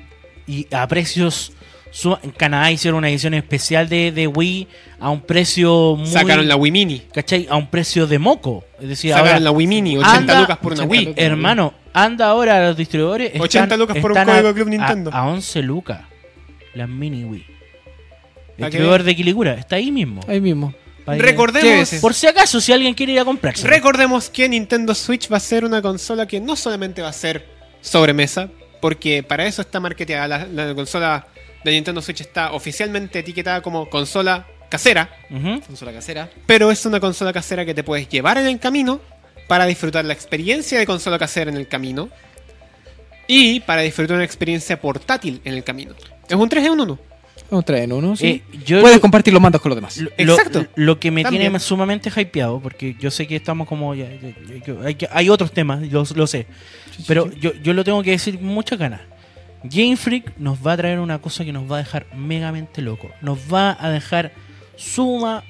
Y a precios... suma- En Canadá hicieron una edición especial de, de Wii a un precio muy...
Sacaron la Wii Mini.
¿Cachai? A un precio de moco. Es decir,
Sacaron
ahora,
la Wii Mini, 80
anda-
lucas por una
80
Wii.
lucas.
Hermano, anda ahora a los distribuidores.
80 lucas por un
están a-
código Club
a-
Nintendo.
A, 11 lucas. Las mini Wii. El
Pa' que
distribuidor de Quilicura está ahí mismo.
Ahí mismo.
Pa' que-
Recordemos,
Llévese.
Por si acaso, si alguien quiere ir a comprarse.
recordemos que Nintendo Switch va a ser una consola que no solamente va a ser sobremesa, porque para eso está marketeada. La, la consola de Nintendo Switch está oficialmente etiquetada como consola casera,
Ujú.
Consola casera.
pero es una consola casera que te puedes llevar en el camino para disfrutar la experiencia de consola casera en el camino y para disfrutar una experiencia portátil en el camino. Es un 3 en 1.
Un 3 en uno, sí.
Eh, yo
Puedes
lo-
compartir los mandos con los demás.
lo- lo-
Exacto.
Lo que me tiene
También.
sumamente hypeado, porque yo sé que estamos como. ya- ya- ya- hay, que- hay otros temas, lo, lo sé. Pero yo, yo lo tengo que decir con muchas ganas. Game Freak nos va a traer una cosa que nos va a dejar megamente loco. Nos va a dejar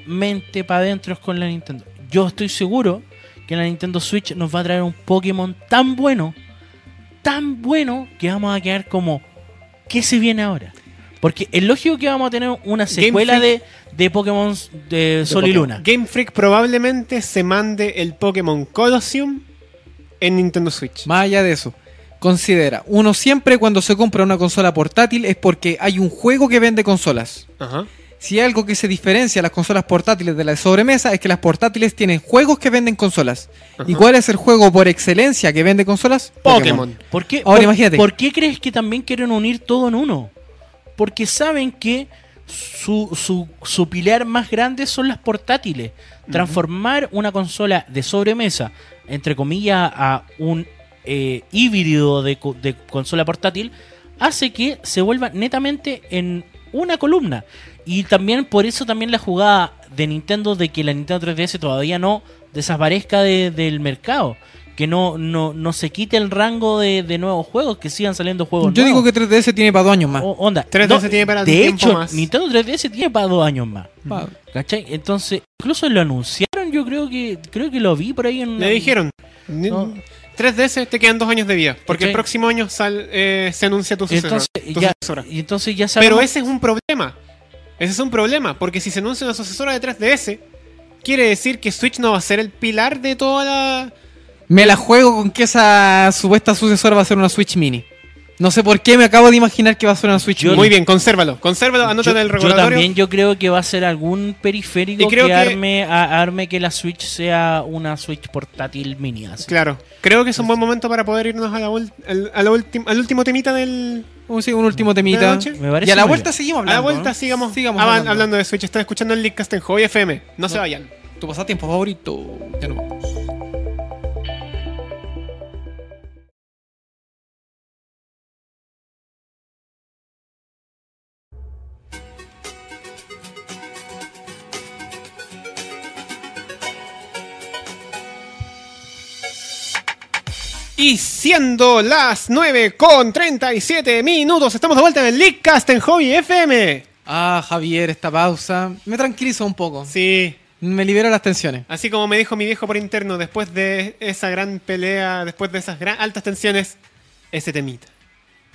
sumamente para adentro con la Nintendo. Yo estoy seguro que la Nintendo Switch nos va a traer un Pokémon tan bueno, tan bueno, que vamos a quedar como, ¿qué se viene ahora? Porque es lógico que vamos a tener una secuela de, de Pokémon de Sol y Luna.
Game Freak probablemente se mande el Pokémon Colosseum en Nintendo Switch.
Más allá de eso, considera, uno siempre cuando se compra una consola portátil es porque hay un juego que vende consolas.
Ajá.
Si hay algo que se diferencia a las consolas portátiles de las de sobremesa es que las portátiles tienen juegos que venden consolas. ¿Y cuál es el juego por excelencia que vende consolas?
Pokémon.
¿Por qué,
Ahora
por-
imagínate.
¿Por qué crees que también quieren unir todo en uno? Porque saben que su, su, su pilar más grande son las portátiles. Transformar una consola de sobremesa, entre comillas, a un eh, híbrido de, co- de consola portátil, hace que se vuelva netamente en una columna. Y también por eso también la jugada de Nintendo de que la Nintendo 3DS todavía no desaparezca de- del mercado. Que no, no, no se quite el rango de, de nuevos juegos, que sigan saliendo
Oh,
juegos
Yo digo
nuevos.
que 3DS tiene para dos años más.
O- onda.
3DS
no,
tiene para
de
tiempo
hecho,
más.
Nintendo 3DS tiene para dos años más.
Pa-
¿Cachai? Entonces, incluso lo anunciaron, yo creo que creo que lo vi por ahí en... una-
Le dijeron, "Ni-
No.
3DS te quedan dos años de vida, porque
¿Cachai?
el próximo año sal- eh, se anuncia tu sucesor.
Entonces,
tu
ya,
sucesora".
y entonces ya sabemos...
Pero ese es un problema. Ese es un problema, porque si se anuncia una sucesora de 3DS, quiere decir que Switch no va a ser el pilar de toda la...
Me la juego con que esa supuesta sucesora va a ser una Switch Mini. No sé por qué me acabo de imaginar que va a ser una Switch
Yo-
Mini.
Muy bien, consérvalo, consérvalo, anota
yo,
en el
yo
regulatorio.
también yo creo que va a ser algún periférico
Y creo
que,
que-
Arme, a- arme que la Switch sea una Switch portátil mini. así.
Claro, creo que es un buen momento para poder irnos a la ul- al, a la ultim- al último temita del...
Oh, sí, un último
¿De
temita.
noche?
Me parece
y a la
muy
vuelta
bien.
seguimos
a
hablando.
la vuelta
¿no?
sigamos,
sigamos
avan-
hablando.
hablando. de Switch. Están escuchando el Leadcast en Hobby FM. No, se vayan.
Tu pasatiempo favorito. Ya no vamos.
Y siendo las 9 con 37 minutos, estamos de vuelta en el Leadcast en Hobby FM.
Ah, Javier, esta pausa. Me tranquiliza un poco.
Sí,
Me libero las tensiones.
Así como me dijo mi viejo por interno después de esa gran pelea, después de esas gran, altas tensiones, ese temita.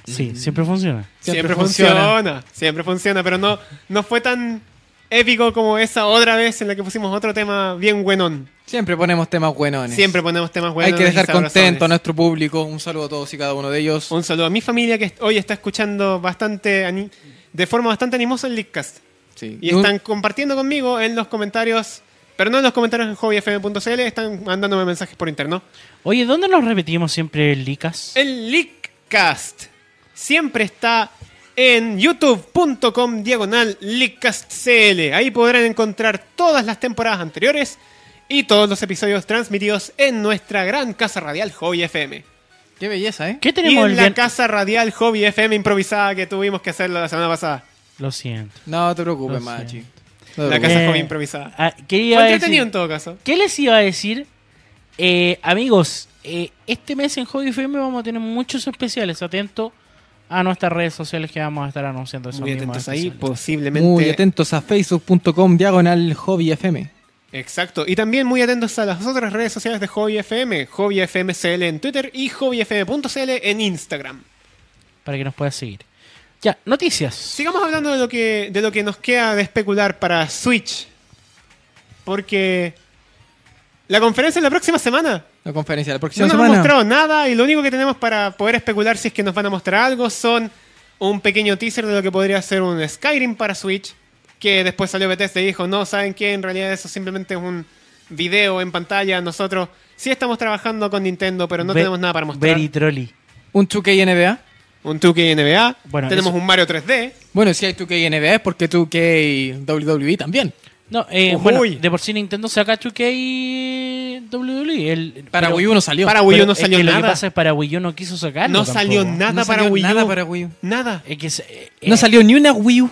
Mm.
Sí, siempre funciona.
Siempre, funciona. siempre funciona, pero no, no fue tan épico como esa otra vez en la que pusimos otro tema bien buenón.
Siempre ponemos temas buenones.
Siempre ponemos temas buenos.
Hay que
y
dejar
sabrosones.
contento a nuestro público. Un saludo a todos y cada uno de ellos.
Un saludo a mi familia que est- hoy está escuchando bastante, ani- de forma bastante animosa el Leadcast.
Sí.
Y están compartiendo conmigo en los comentarios, pero no en los comentarios en hobbyfm.cl, están mandándome mensajes por interno.
Oye, ¿dónde nos repetimos siempre el Licas?
El Leakcast siempre está en youtube.com diagonal leakcastcl. Ahí podrán encontrar todas las temporadas anteriores y todos los episodios transmitidos en nuestra gran casa radial Hobby FM.
Qué belleza, ¿eh?
¿Qué
Y
tenemos el
en la
bien?
casa radial Hobby FM improvisada que tuvimos que hacer la semana pasada.
Lo siento.
No te preocupes,
Lo
Machi.
siento.
No te
La
preocupes.
casa Hobby improvisada.
ah, ¿qué iba
Fue
a decir?
entretenido en todo caso.
¿Qué les iba a decir? Eh, amigos, eh, este mes en Hobby FM vamos a tener muchos especiales. Atento a nuestras redes sociales que vamos a estar anunciando esos
Muy
mismos
atentos ahí,
especiales.
posiblemente.
Muy atentos a facebook.com diagonal hobby FM.
Exacto. Y también muy atentos a las otras redes sociales de Hobby FM. Hobby FM CL en Twitter y hobbyfm.cl en Instagram. pues.
Para que nos puedas seguir. Ya, noticias.
Sigamos hablando de lo que, de lo que nos queda de especular para Switch. Porque la conferencia es la próxima semana.
La conferencia de la
No
próxima
nos han
semana.
mostrado nada y lo único que tenemos para poder especular si es que nos van a mostrar algo son un pequeño teaser de lo que podría ser un Skyrim para Switch, que después salió Bethesda y dijo, no, ¿saben qué? En realidad eso simplemente es un video en pantalla. Nosotros sí estamos trabajando con Nintendo, pero no
Ve-
tenemos nada para mostrar.
Very Trolley.
Un 2K NBA.
Un 2K NBA,
Bueno,
tenemos
eso-
un Mario 3D.
Bueno, si hay 2K NBA es porque 2K WWE E también.
No, eh,
Ujuy.
bueno, de por sí Nintendo saca 2K WWE. E, El,
Para
pero-
Wii U no salió.
Para Wii U
pero
no
es
salió
que Lo que
nada.
pasa es para Wii U Ah, no quiso sacarlo.
No salió
tampoco.
nada
No
para
salió
Wii U.
nada para Wii U.
Nada.
Es que se- eh,
No
eh,
salió ni una Wii U.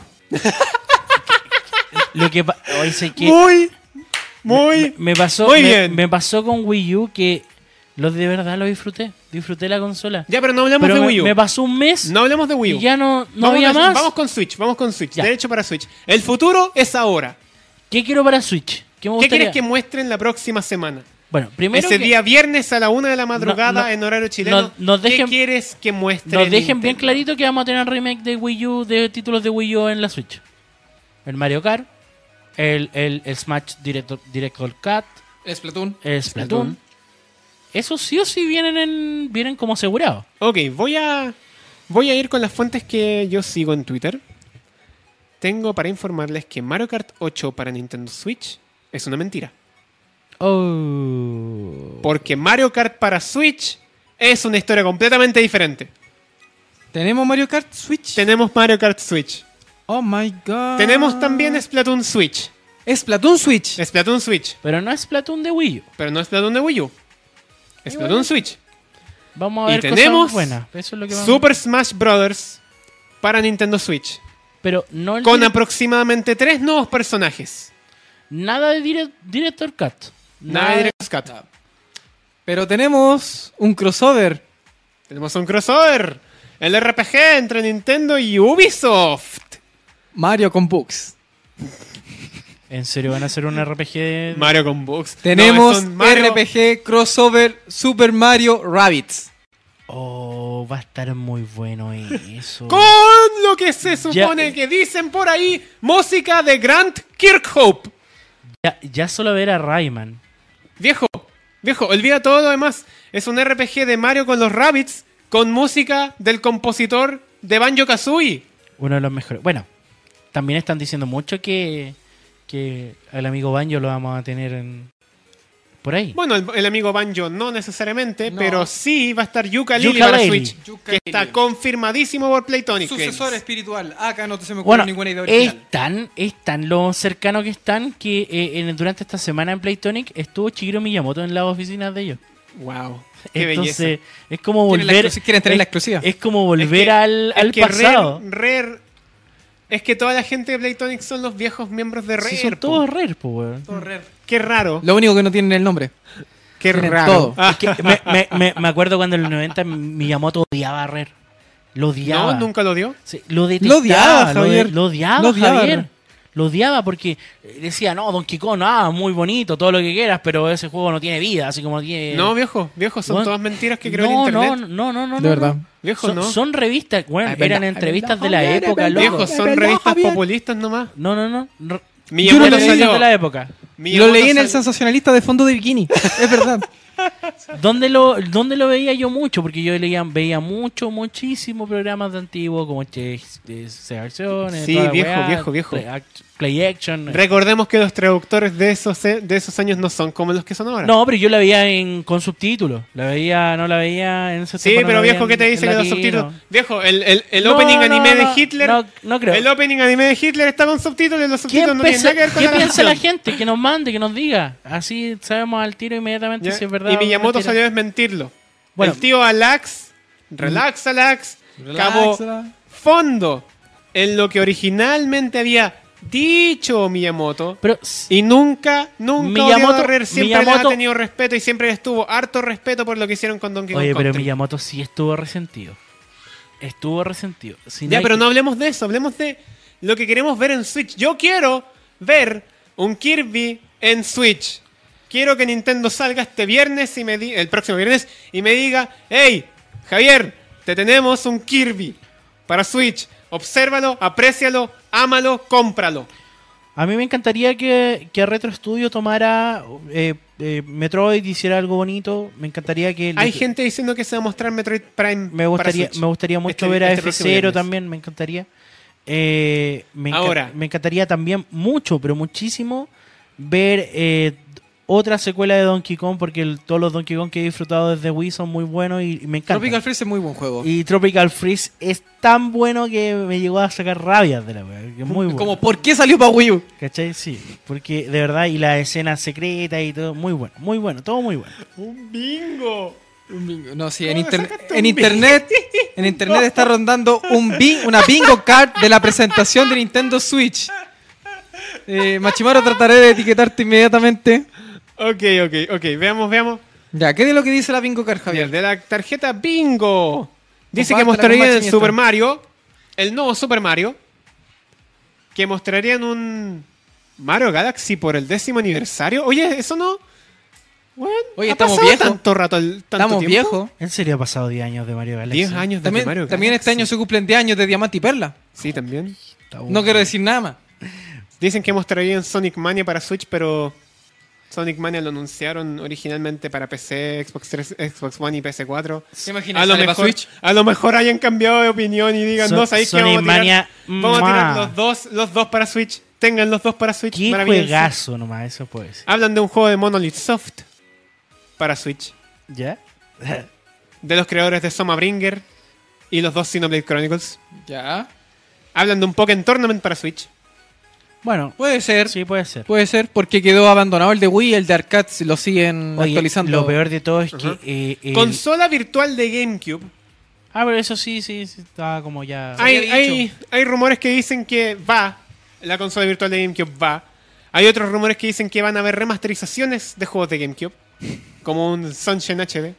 Lo que pa- hoy sé que
Muy, muy...
me pasó,
Muy
me-
bien.
me pasó con Wii U que los de verdad lo disfruté. Disfruté la consola.
Ya, pero no hablamos
Pero
de
me,
Wii U.
me pasó un mes
No hablamos de Wii U.
y ya no, no
vamos,
había
con-
más.
vamos con Switch, vamos con Switch.
Ya.
Derecho para Switch. El futuro es ahora.
¿Qué quiero para Switch? ¿Qué me
¿Qué
gustaría?
quieres que muestren la próxima semana?
Bueno, primero
Ese
que
día viernes a la una de la madrugada
No, no,
en horario chileno.
no, nos dejen-
¿Qué quieres que muestren?
nos dejen bien
Nintendo?
clarito que vamos a tener remake de Wii U, de títulos de Wii U en la Switch. El Mario Kart, el, el, el Smash Director, Director Cut,
Splatoon.
el Splatoon. Eso sí o sí vienen, en, vienen como asegurados.
Ok, voy a, voy a ir con las fuentes que yo sigo en Twitter. Tengo para informarles que Mario Kart 8 para Nintendo Switch es una mentira.
Oh.
Porque Mario Kart para Switch es una historia completamente diferente.
¿Tenemos Mario Kart Switch?
Tenemos Mario Kart Switch.
oh my god.
Tenemos también Splatoon Switch.
Splatoon Switch.
Splatoon Switch.
Pero no es Splatoon de Wii U.
Pero no Splatoon de Wii U. Splatoon
bueno.
Switch.
Vamos a
Y
ver
tenemos
cosas buenas. Eso es lo que vamos-
Super Smash Bros. para Nintendo Switch.
Pero no el
Con
direct-
aproximadamente tres nuevos personajes.
nada de direct- Director Cut.
Nada de Director's Cut.
Pero tenemos un crossover.
Tenemos un crossover. El RPG entre Nintendo y Ubisoft.
Mario con Bugs.
¿En serio van
(laughs)
a hacer un RPG de...
Mario con Bugs.
Tenemos
No, es un Mario-
RPG crossover Super Mario Rabbits.
Oh, va a estar muy bueno
(laughs)
eso.
Con lo que se supone
Ya. eh.
que dicen por ahí, música de Grant Kirkhope.
Ya, ya solo ver a Rayman.
Viejo, viejo, olvida todo lo demás. Es un RPG de Mario con los Rabbits con música del compositor de Banjo Kazooie.
Uno de los mejores. Bueno, también están diciendo mucho que, que al amigo Banjo lo vamos a tener en- por ahí.
Bueno, el, el amigo Banjo no necesariamente,
No.
pero sí va a estar Yuka Lily para
Yooka-Laylee.
Switch. Que
Yooka-Laylee.
está confirmadísimo por Playtonic. Games.
Sucesor espiritual. Acá no te se me ocurre
Bueno,
ninguna idea
es
original.
tan, es tan lo cercano que están que eh, en- durante esta semana en Playtonic estuvo Chigiro Miyamoto en las oficinas de ellos.
Wow. Qué
Entonces,
belleza.
es como
Quieren la
volver.
exclusi- quieren tener
es,
la exclusiva.
es como volver
Es que-
al,
es
al
que
pasado.
Rare, Rare- es que toda la gente de Playtonic son los viejos miembros de Rare.
Sí, son
po.
todos rare, po, weón.
Qué raro.
Lo único que no tienen el nombre.
Qué
tienen
raro.
todo.
Ah,
Es que me, me- me- me acuerdo cuando en los 90 Miyamoto odiaba a Rare. Lo odiaba.
no, nunca lo dio.
Sí, lo detestaba,
Lo odiaba,
lo de-
Javier.
Lo odiaba,
Lo odiaba.
Javier. Lo odiaba porque eh, decía, no, Donkey Kong, ah, muy bonito, todo lo que quieras, pero ese juego no tiene vida, así como tiene...
No, viejo, viejo, son
Bueno,
todas mentiras que creó
Eh, no,
el internet.
No, no, no, no.
De
no,
verdad.
no.
Viejo,
Son,
no.
son revistas, bueno,
Ay,
eran
verdad,
entrevistas
verdad,
de la
Javier,
época,
es verdad.
loco.
Viejo, son
Perdón,
revistas
Javier.
populistas nomás.
No, no, no. r-
Miyamoto
puras revistas
salió-
de la época.
Miyamoto
lo leí en el
salió-
sensacionalista de fondo de bikini. (laughs) es verdad.
¿Dónde lo, ¿Dónde lo veía yo mucho? Porque yo leía, veía mucho, muchísimo programas de antiguo, como Che, eh, Sega Acciones,
Sí,
toda la
viejo,
weá,
viejo, viejo.
Play, Act- Play Action. eh.
Recordemos que los traductores de esos, de esos años no son como los que son ahora.
No, pero yo la veía en, con subtítulos. La veía, no la veía en ese
Sí,
tiempo no la
pero
veía
viejo,
en-
¿qué te
en
dice que los
latino.
subtítulos? Viejo, el, el, el
No,
opening
no,
anime
no,
de Hitler.
No, no creo.
El opening anime de Hitler está con subtítulos y los
¿Qué,
subtítulos no tienen nada
piensa-
que ver con
qué
la
piensa la
canción.
gente? Que nos mande, que nos diga. Así sabemos al tiro inmediatamente
¿Ya?
si es verdad.
Y
o
Miyamoto
mentira.
salió a desmentirlo.
Bueno. Mm.
el tío Alax, relax Alax, acabó
Relaxa.
fondo en lo que originalmente había dicho Miyamoto.
Pero s-
Y nunca, nunca
Miyamoto-
odiado a Rare, siempre le
Miyamoto-
ha tenido respeto y siempre les tuvo harto respeto por lo que hicieron con Donkey Kong
Oye, pero
Country.
Miyamoto sí estuvo resentido. Estuvo resentido. Si
Ya,
hay-
pero no hablemos de eso, hablemos de lo que queremos ver en Switch. Yo quiero ver un Kirby en Switch. Quiero que Nintendo salga este viernes y me di- el próximo viernes y me diga, hey, Javier, te tenemos un Kirby para Switch. Obsérvalo, aprécialo, ámalo, cómpralo.
A mí me encantaría que, que Retro Studio tomara eh, eh, Metroid, hiciera algo bonito. Me encantaría que...
Hay
que-
gente diciendo que se va a mostrar Metroid Prime
Me gustaría,
para Switch.
me gustaría mucho
Este-
ver a
este próximo
F0
viernes.
también, me encantaría. Eh, me, enca-
Ahora.
me encantaría también mucho, pero muchísimo, ver eh, otra secuela de Donkey Kong, porque el- todos los Donkey Kong que he disfrutado desde Wii son muy buenos y, y me encantan.
Tropical Freeze es muy buen juego.
y Tropical Freeze es tan bueno que me llegó a sacar rabias de la wea. que es muy bueno.
Como, ¿por qué salió para Wii U?
¿Cachai? Sí, porque de verdad, y la escena secreta y todo, muy bueno, muy bueno, todo muy bueno.
Un bingo.
No, sí, en,
¿Cómo
inter-
sacaste
en
un
internet en internet está rondando un bi- una bingo card de la presentación de Nintendo Switch. Eh, Machimaro, trataré de etiquetarte inmediatamente.
Ok, ok, ok, veamos, veamos.
Ya, ¿qué es lo que dice la bingo card,
Javier,
Javier?
de la tarjeta Bingo. Dice
Opa,
que
te la
mostrarían
comba
el
chiniestra.
Super Mario, el nuevo Super Mario, que mostrarían un Mario Galaxy por el décimo aniversario. Oye, eso no. Bueno,
Oye,
¿ha
estamos
pasado
viejos.
Tanto rato, el- tanto
Estamos
tiempo?
viejos.
¿En serio ha pasado 10 años de Mario Galaxy?
10 años de Mario
También, también
Galaxy.
este año se cumplen 10 años de Diamante y Perla.
Sí, también.
No quiero decir nada más.
Dicen que hemos traído en Sonic Mania para Switch, pero Sonic Mania lo anunciaron originalmente para PC, Xbox 3, Xbox One y PS4.
¿Se imagina
A lo,
sale para
mejor,
Switch?
a lo mejor hayan cambiado de opinión y digan,
So-
no, sabéis que
Sonic
vamos a tirar,
Mania,
vamos a tirar
¡mua!
los dos, los dos para Switch. Tengan los dos para Switch.
Qué
maravilloso.
juegazo nomás, eso puede ser.
Hablan de un juego de Monolith Soft para Switch.
¿Ya? (laughs)
De los creadores de Soma Bringer y los dos Xenoblade Chronicles.
Ya.
Hablan de un Pokémon Tournament para Switch.
Bueno,
Puede ser.
sí puede ser.
Puede ser porque quedó abandonado el de Wii, el de Arcade se lo siguen
Oye,
actualizando.
Lo peor de todo es que.
Ajá.
eh, el-
Consola virtual de GameCube.
Ah, pero eso sí, sí, sí, estaba como ya.
Ay.
Hay,
había
hay,
dicho.
hay rumores que dicen que va. La consola virtual de GameCube va. Hay otros rumores que dicen que van a haber remasterizaciones de juegos de GameCube. Como un Sunshine HD.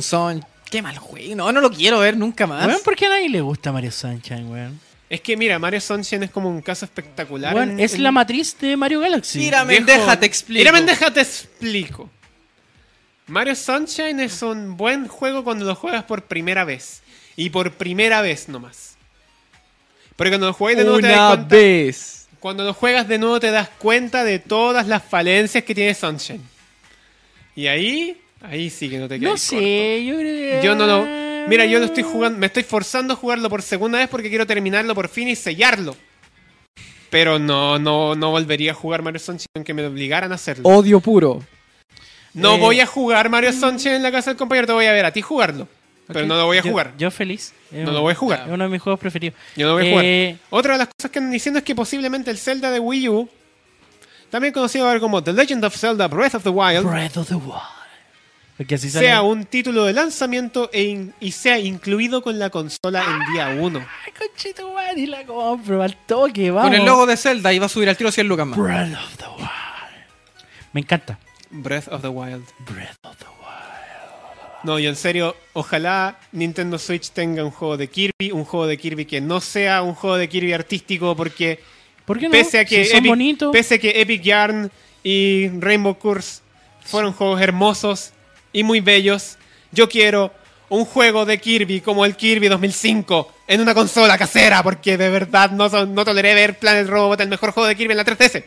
Son. Qué mal juego. No, no lo quiero ver nunca más.
Weón, ¿por qué a nadie le gusta Mario Sunshine, weón?
Es que mira, Mario Sunshine es como un caso espectacular.
Weón,
en-
es
en-
la matriz de Mario Galaxy.
Mira,
viejo-
Mendeja, te explico.
Mira, Mendeja, te explico. Mario Sunshine es un buen juego cuando lo juegas por primera vez. Y por primera vez nomás. Porque cuando lo juegas de nuevo te das
Una
cuenta-
vez.
Cuando lo juegas de nuevo te das cuenta de todas las falencias que tiene Sunshine. Y ahí, ahí sí que no te quedas
No sé, yo creo
corto.
que. Ah.
Yo no lo... Mira, yo lo estoy jugando, me estoy forzando a jugarlo por segunda vez porque quiero terminarlo por fin y sellarlo. Pero no, no, no volvería a jugar Mario Sunshine aunque me obligaran a hacerlo.
Odio puro.
no
Oh, eh,
voy a jugar Mario Sunshine en la casa del compañero, te voy a ver a ti jugarlo. Pero no lo voy a
Yo-
jugar.
Yo, feliz. Es
No
un-
lo voy a jugar.
Es uno de mis juegos preferidos.
Yo no voy a
Eh,
jugar. Otra de las cosas que andan diciendo es que posiblemente el Zelda de Wii U, también conocido ahora como The Legend of Zelda Breath of the Wild,
Breath of the Wild. Porque así sale.
sea un título de lanzamiento e in- y sea incluido con la consola en día 1.
Ay, conchito, weón, y la compro al toque, vamos.
Con el logo de Zelda iba a subir al tiro 100 lucas más.
Breath of the Wild. Me encanta.
Breath of the Wild.
Breath of the Wild.
No, y en serio, ojalá Nintendo Switch tenga un juego de Kirby, un juego de Kirby que no sea un juego de Kirby artístico, porque
¿Por qué no?
pese a que,
si son
Epic,
bonitos.
pese a que Epic Yarn y Rainbow Curse fueron juegos hermosos y muy bellos, yo quiero un juego de Kirby como el Kirby 2005 en una consola casera, porque de verdad no, so- no toleré ver Planet Robot, el mejor juego de Kirby en la 3DS.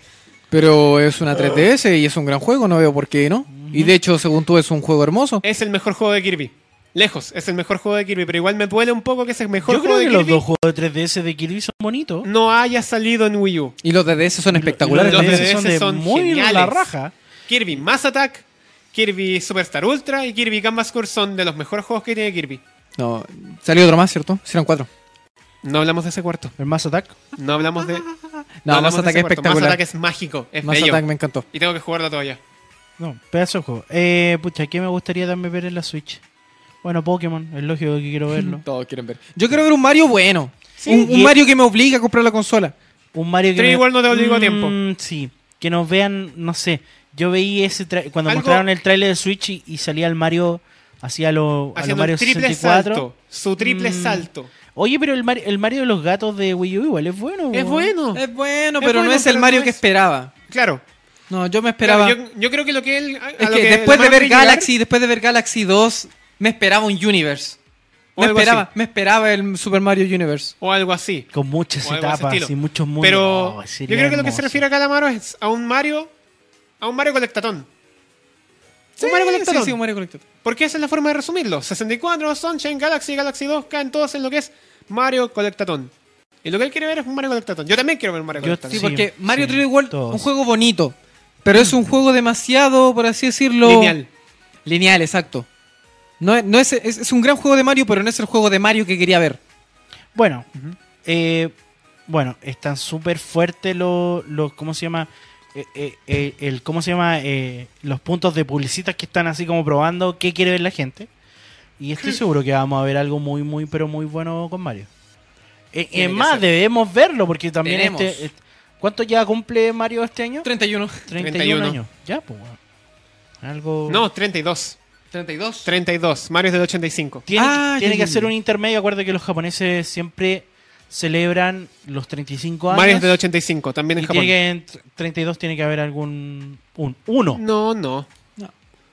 Pero es una 3DS y es un gran juego, no veo por qué no. Y de hecho, según tú, es un juego hermoso.
Es el mejor juego de Kirby. Lejos, es el mejor juego de Kirby, pero igual me duele un poco que ese mejor
Yo
juego
creo que
de
los
Kirby
dos juegos de Mm, 3DS de Kirby son bonitos.
no haya salido en Wii U.
Y los DDS son espectaculares.
Los
Los
también.
DDS son,
DDS
de
son
muy la
geniales.
raja.
Kirby Mass Attack, Kirby Superstar Ultra y Kirby Canvas Curse son de los mejores juegos que tiene Kirby.
No, salió otro más, ¿cierto? Serán cuatro.
No hablamos de ese cuarto.
El Mass Attack.
No hablamos
(laughs)
de.
No,
hablamos
más
de ese cuarto.
ataque
Mass
espectacular.
Attack es mágico, es
Más
bello.
ataque me encantó.
Y tengo que jugarlo todavía.
No, pedazo de juego. Eh, pucha, ¿qué me gustaría también ver en la Switch? Bueno, Pokémon, es lógico que quiero
(laughs)
verlo.
Todos quieren ver. Yo quiero ver un Mario bueno. un, un
Y-
Mario que me obliga a comprar la consola.
Un Mario que.
Pero igual no te obligó a
Mm,
tiempo.
Sí, que nos vean, no sé. Yo veí ese. tra- Cuando
Algo-
mostraron el tráiler de Switch y, y salía el Mario. Hacía lo, a lo
Haciendo
Mario
un triple
64.
salto. Su triple
Mm.
salto.
Oye, pero el, Mario- el Mario de los gatos de Wii U igual es
Uh.
bueno.
Es
weón.
bueno.
Es bueno,
Es
pero
bueno,
no es
pero
el Mario
no
que
es-
esperaba.
Claro.
No, yo me esperaba.
Claro, Yo, yo creo que lo que él. a- a
es
lo
que,
que el
después de
Mario
ver
quiere llegar-
Galaxy, después de ver Galaxy 2, me esperaba un Universe.
O
Me
algo
esperaba,
así.
me esperaba el Super Mario Universe.
O algo así.
Con muchas
o algo de ese
etapas
estilo.
y muchos mundos.
Pero
Oh,
yo
sería
creo que lo que se
hermoso.
refiere a Calamaro es a un Mario. A un Mario colectatón. un Mario colectatón.
Sí, sí, un Mario Collector.
Porque esa es la forma de resumirlo. 64, Sunshine, Galaxy, Galaxy 2, caen todos en lo que es Mario Colectatón. Y lo que él quiere ver es un Mario Colectatón. Yo también quiero ver un Mario
Yo
Colectatón.
Sí,
Sí,
porque Mario
sí,
3D World,
todos.
un juego bonito, pero es un juego demasiado, por así decirlo...
Lineal.
Lineal, exacto. No, es- no es, es, es un gran juego de Mario, pero no es el juego de Mario que quería ver.
Bueno, eh, bueno, están súper fuertes los, los, ¿cómo se llama? Eh, eh, eh, el, ¿Cómo se llama? Eh, los puntos de publicistas que están así como probando qué quiere ver la gente. Y estoy seguro que vamos a ver algo muy, muy, pero muy bueno con Mario. Eh,
Tiene que
es más,
ser.
debemos verlo porque también
Tenemos.
este, este- ¿Cuánto ya cumple Mario este año?
31.
31,
31.
años. Ya, pues, weón. Algo...
No, 32.
32.
32. Mario es del 85.
Tiene,
Ah,
tiene
ya
que
entendí.
hacer un intermedio. Acuérdate que los japoneses siempre celebran los 35 años.
Mario es del 85, también en
y
Japón.
tiene que, en tr- 32 tiene que haber algún. Un, uno.
No, no.
No.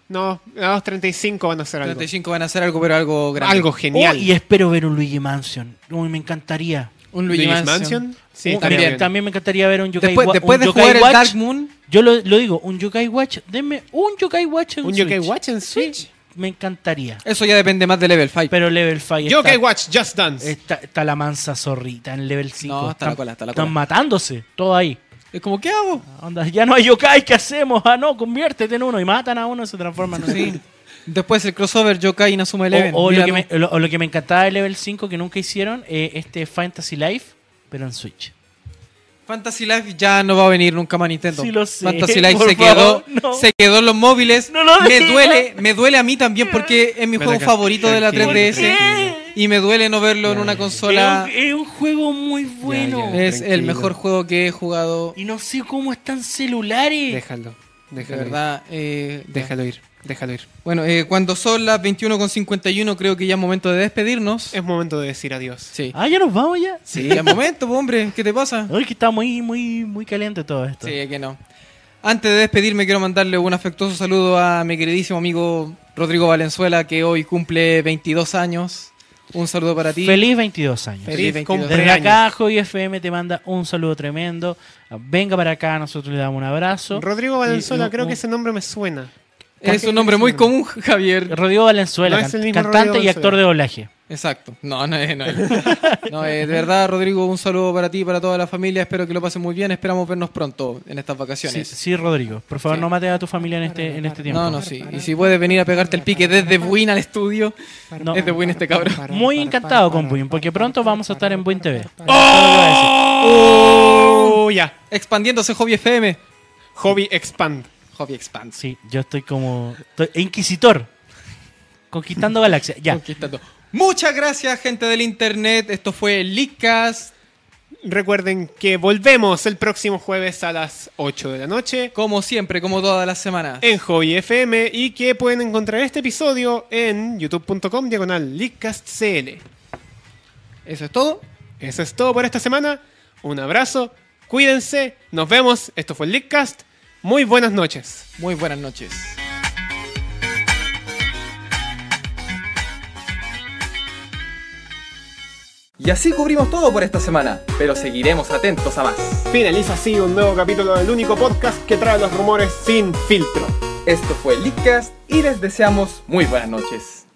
No, los 35 van a ser algo.
35 van a hacer algo, pero algo grande.
Algo genial.
Oh, y espero ver un Luigi Mansion. Uy, me encantaría.
Un
Luigi's
Luigi Mansion.
Sí,
Un-
estaría
Oh, también,
bien.
también me encantaría ver un Yokai
Después,
Wa-
después
un
de
Yokai
jugar el
Watch.
Dark Moon,
Yo lo, lo digo, un Yokai Watch. Denme un Yokai Watch en
Un
Switch.
Yokai Watch en Switch.
Sí, me encantaría.
eso ya depende más de Level 5.
Pero Level 5. está- Este.
Yokai Watch Just Dance.
Está, está la mansa zorrita en level 5.
No, está la cola, está la
Están
cola.
matándose, todo ahí.
Es como, ¿qué
(laughs)
hago?
Onda, ya no hay yokai, ¿qué hacemos? Ah, no, conviértete en uno. Y matan a uno, se transforman en
Sí. Después el crossover Yokai Inazuma Eleven.
O, o
Mira
Oh, lo que me,
tú.
lo- o lo que me encantaba de level 5 que nunca hicieron, eh, este Fantasy Life, pero en Switch.
Fantasy Life ya no va a venir nunca más a Nintendo.
Sí, lo sé,
Fantasy Life
por
se quedó,
favor, no.
se quedó en los móviles.
No lo
me
digas.
duele, me duele a mí también porque es mi
Ven
juego
acá,
favorito de la
tranquilo,
3DS
tranquilo.
y me duele no verlo en una consola.
Es, un, es un juego muy bueno.
ya.
Es el
Tranquilo.
mejor juego que he jugado.
Y no sé cómo están celulares.
Déjalo.
De
Déjalo ir.
verdad, eh,
Déjalo ir. Déjalo ir.
Bueno, eh, cuando son las 21.51 creo que ya es momento de despedirnos.
Es momento de decir adiós.
Sí.
Ah, ya nos vamos ya.
Sí, ya es momento, po, hombre. ¿Qué te pasa?
Ay, que está muy, muy, muy caliente todo
(laughs)
esto.
Sí, es que no. Antes de despedirme quiero mandarle un afectuoso saludo a mi queridísimo amigo Rodrigo Valenzuela que hoy cumple 22 años. Un saludo para ti.
Feliz 22 años.
Feliz
Feliz
22.
Desde
cumpleaños.
acá, Joy FM te manda un saludo tremendo. Ah, Venga para acá, nosotros le damos un abrazo.
Rodrigo Valenzuela,
Y-
creo
un-
que ese nombre me suena.
Es un nombre muy común, (laughs) Javier.
Rodrigo Valenzuela,
No es el
can-
mismo
cantante
Rodrigo
y actor
Valenzuela.
de doblaje.
Exacto. No, no es. No, (laughs) es. No, eh, de verdad, Rodrigo, un saludo para ti, para toda la familia. Espero que lo pasen muy bien. Esperamos vernos pronto en estas
Sí,
vacaciones.
sí, Rodrigo. Por favor,
Sí.
no mates a tu familia en este, en este tiempo.
No, no, sí. Y si puedes venir a pegarte el pique desde Buin al estudio.
No.
Es de Buin este cabrón.
Muy encantado con Buin, porque pronto vamos a estar en Buin TV.
¡Oh! Ya.
Expandiéndose Hobby FM.
Hobby Expand.
Hobby Expands.
Sí, yo estoy como. estoy- Inquisitor. Conquistando galaxia. Ya.
Conquistando. Muchas gracias, gente del internet. Esto fue Licas.
Recuerden que volvemos el próximo jueves a las 8 de la noche
Como siempre, como todas las semanas.
en Hobby FM y que pueden encontrar este episodio en youtube.com diagonal leakcastcl.
Eso es todo.
Eso es todo por esta semana. Un abrazo, cuídense, nos vemos. Esto fue el Leakcast. Muy buenas noches.
Muy buenas noches.
Y así cubrimos todo por esta semana, pero seguiremos atentos a más.
Finaliza así un nuevo capítulo del único podcast que trae los rumores sin filtro.
Esto fue Leakcast y les deseamos muy buenas noches.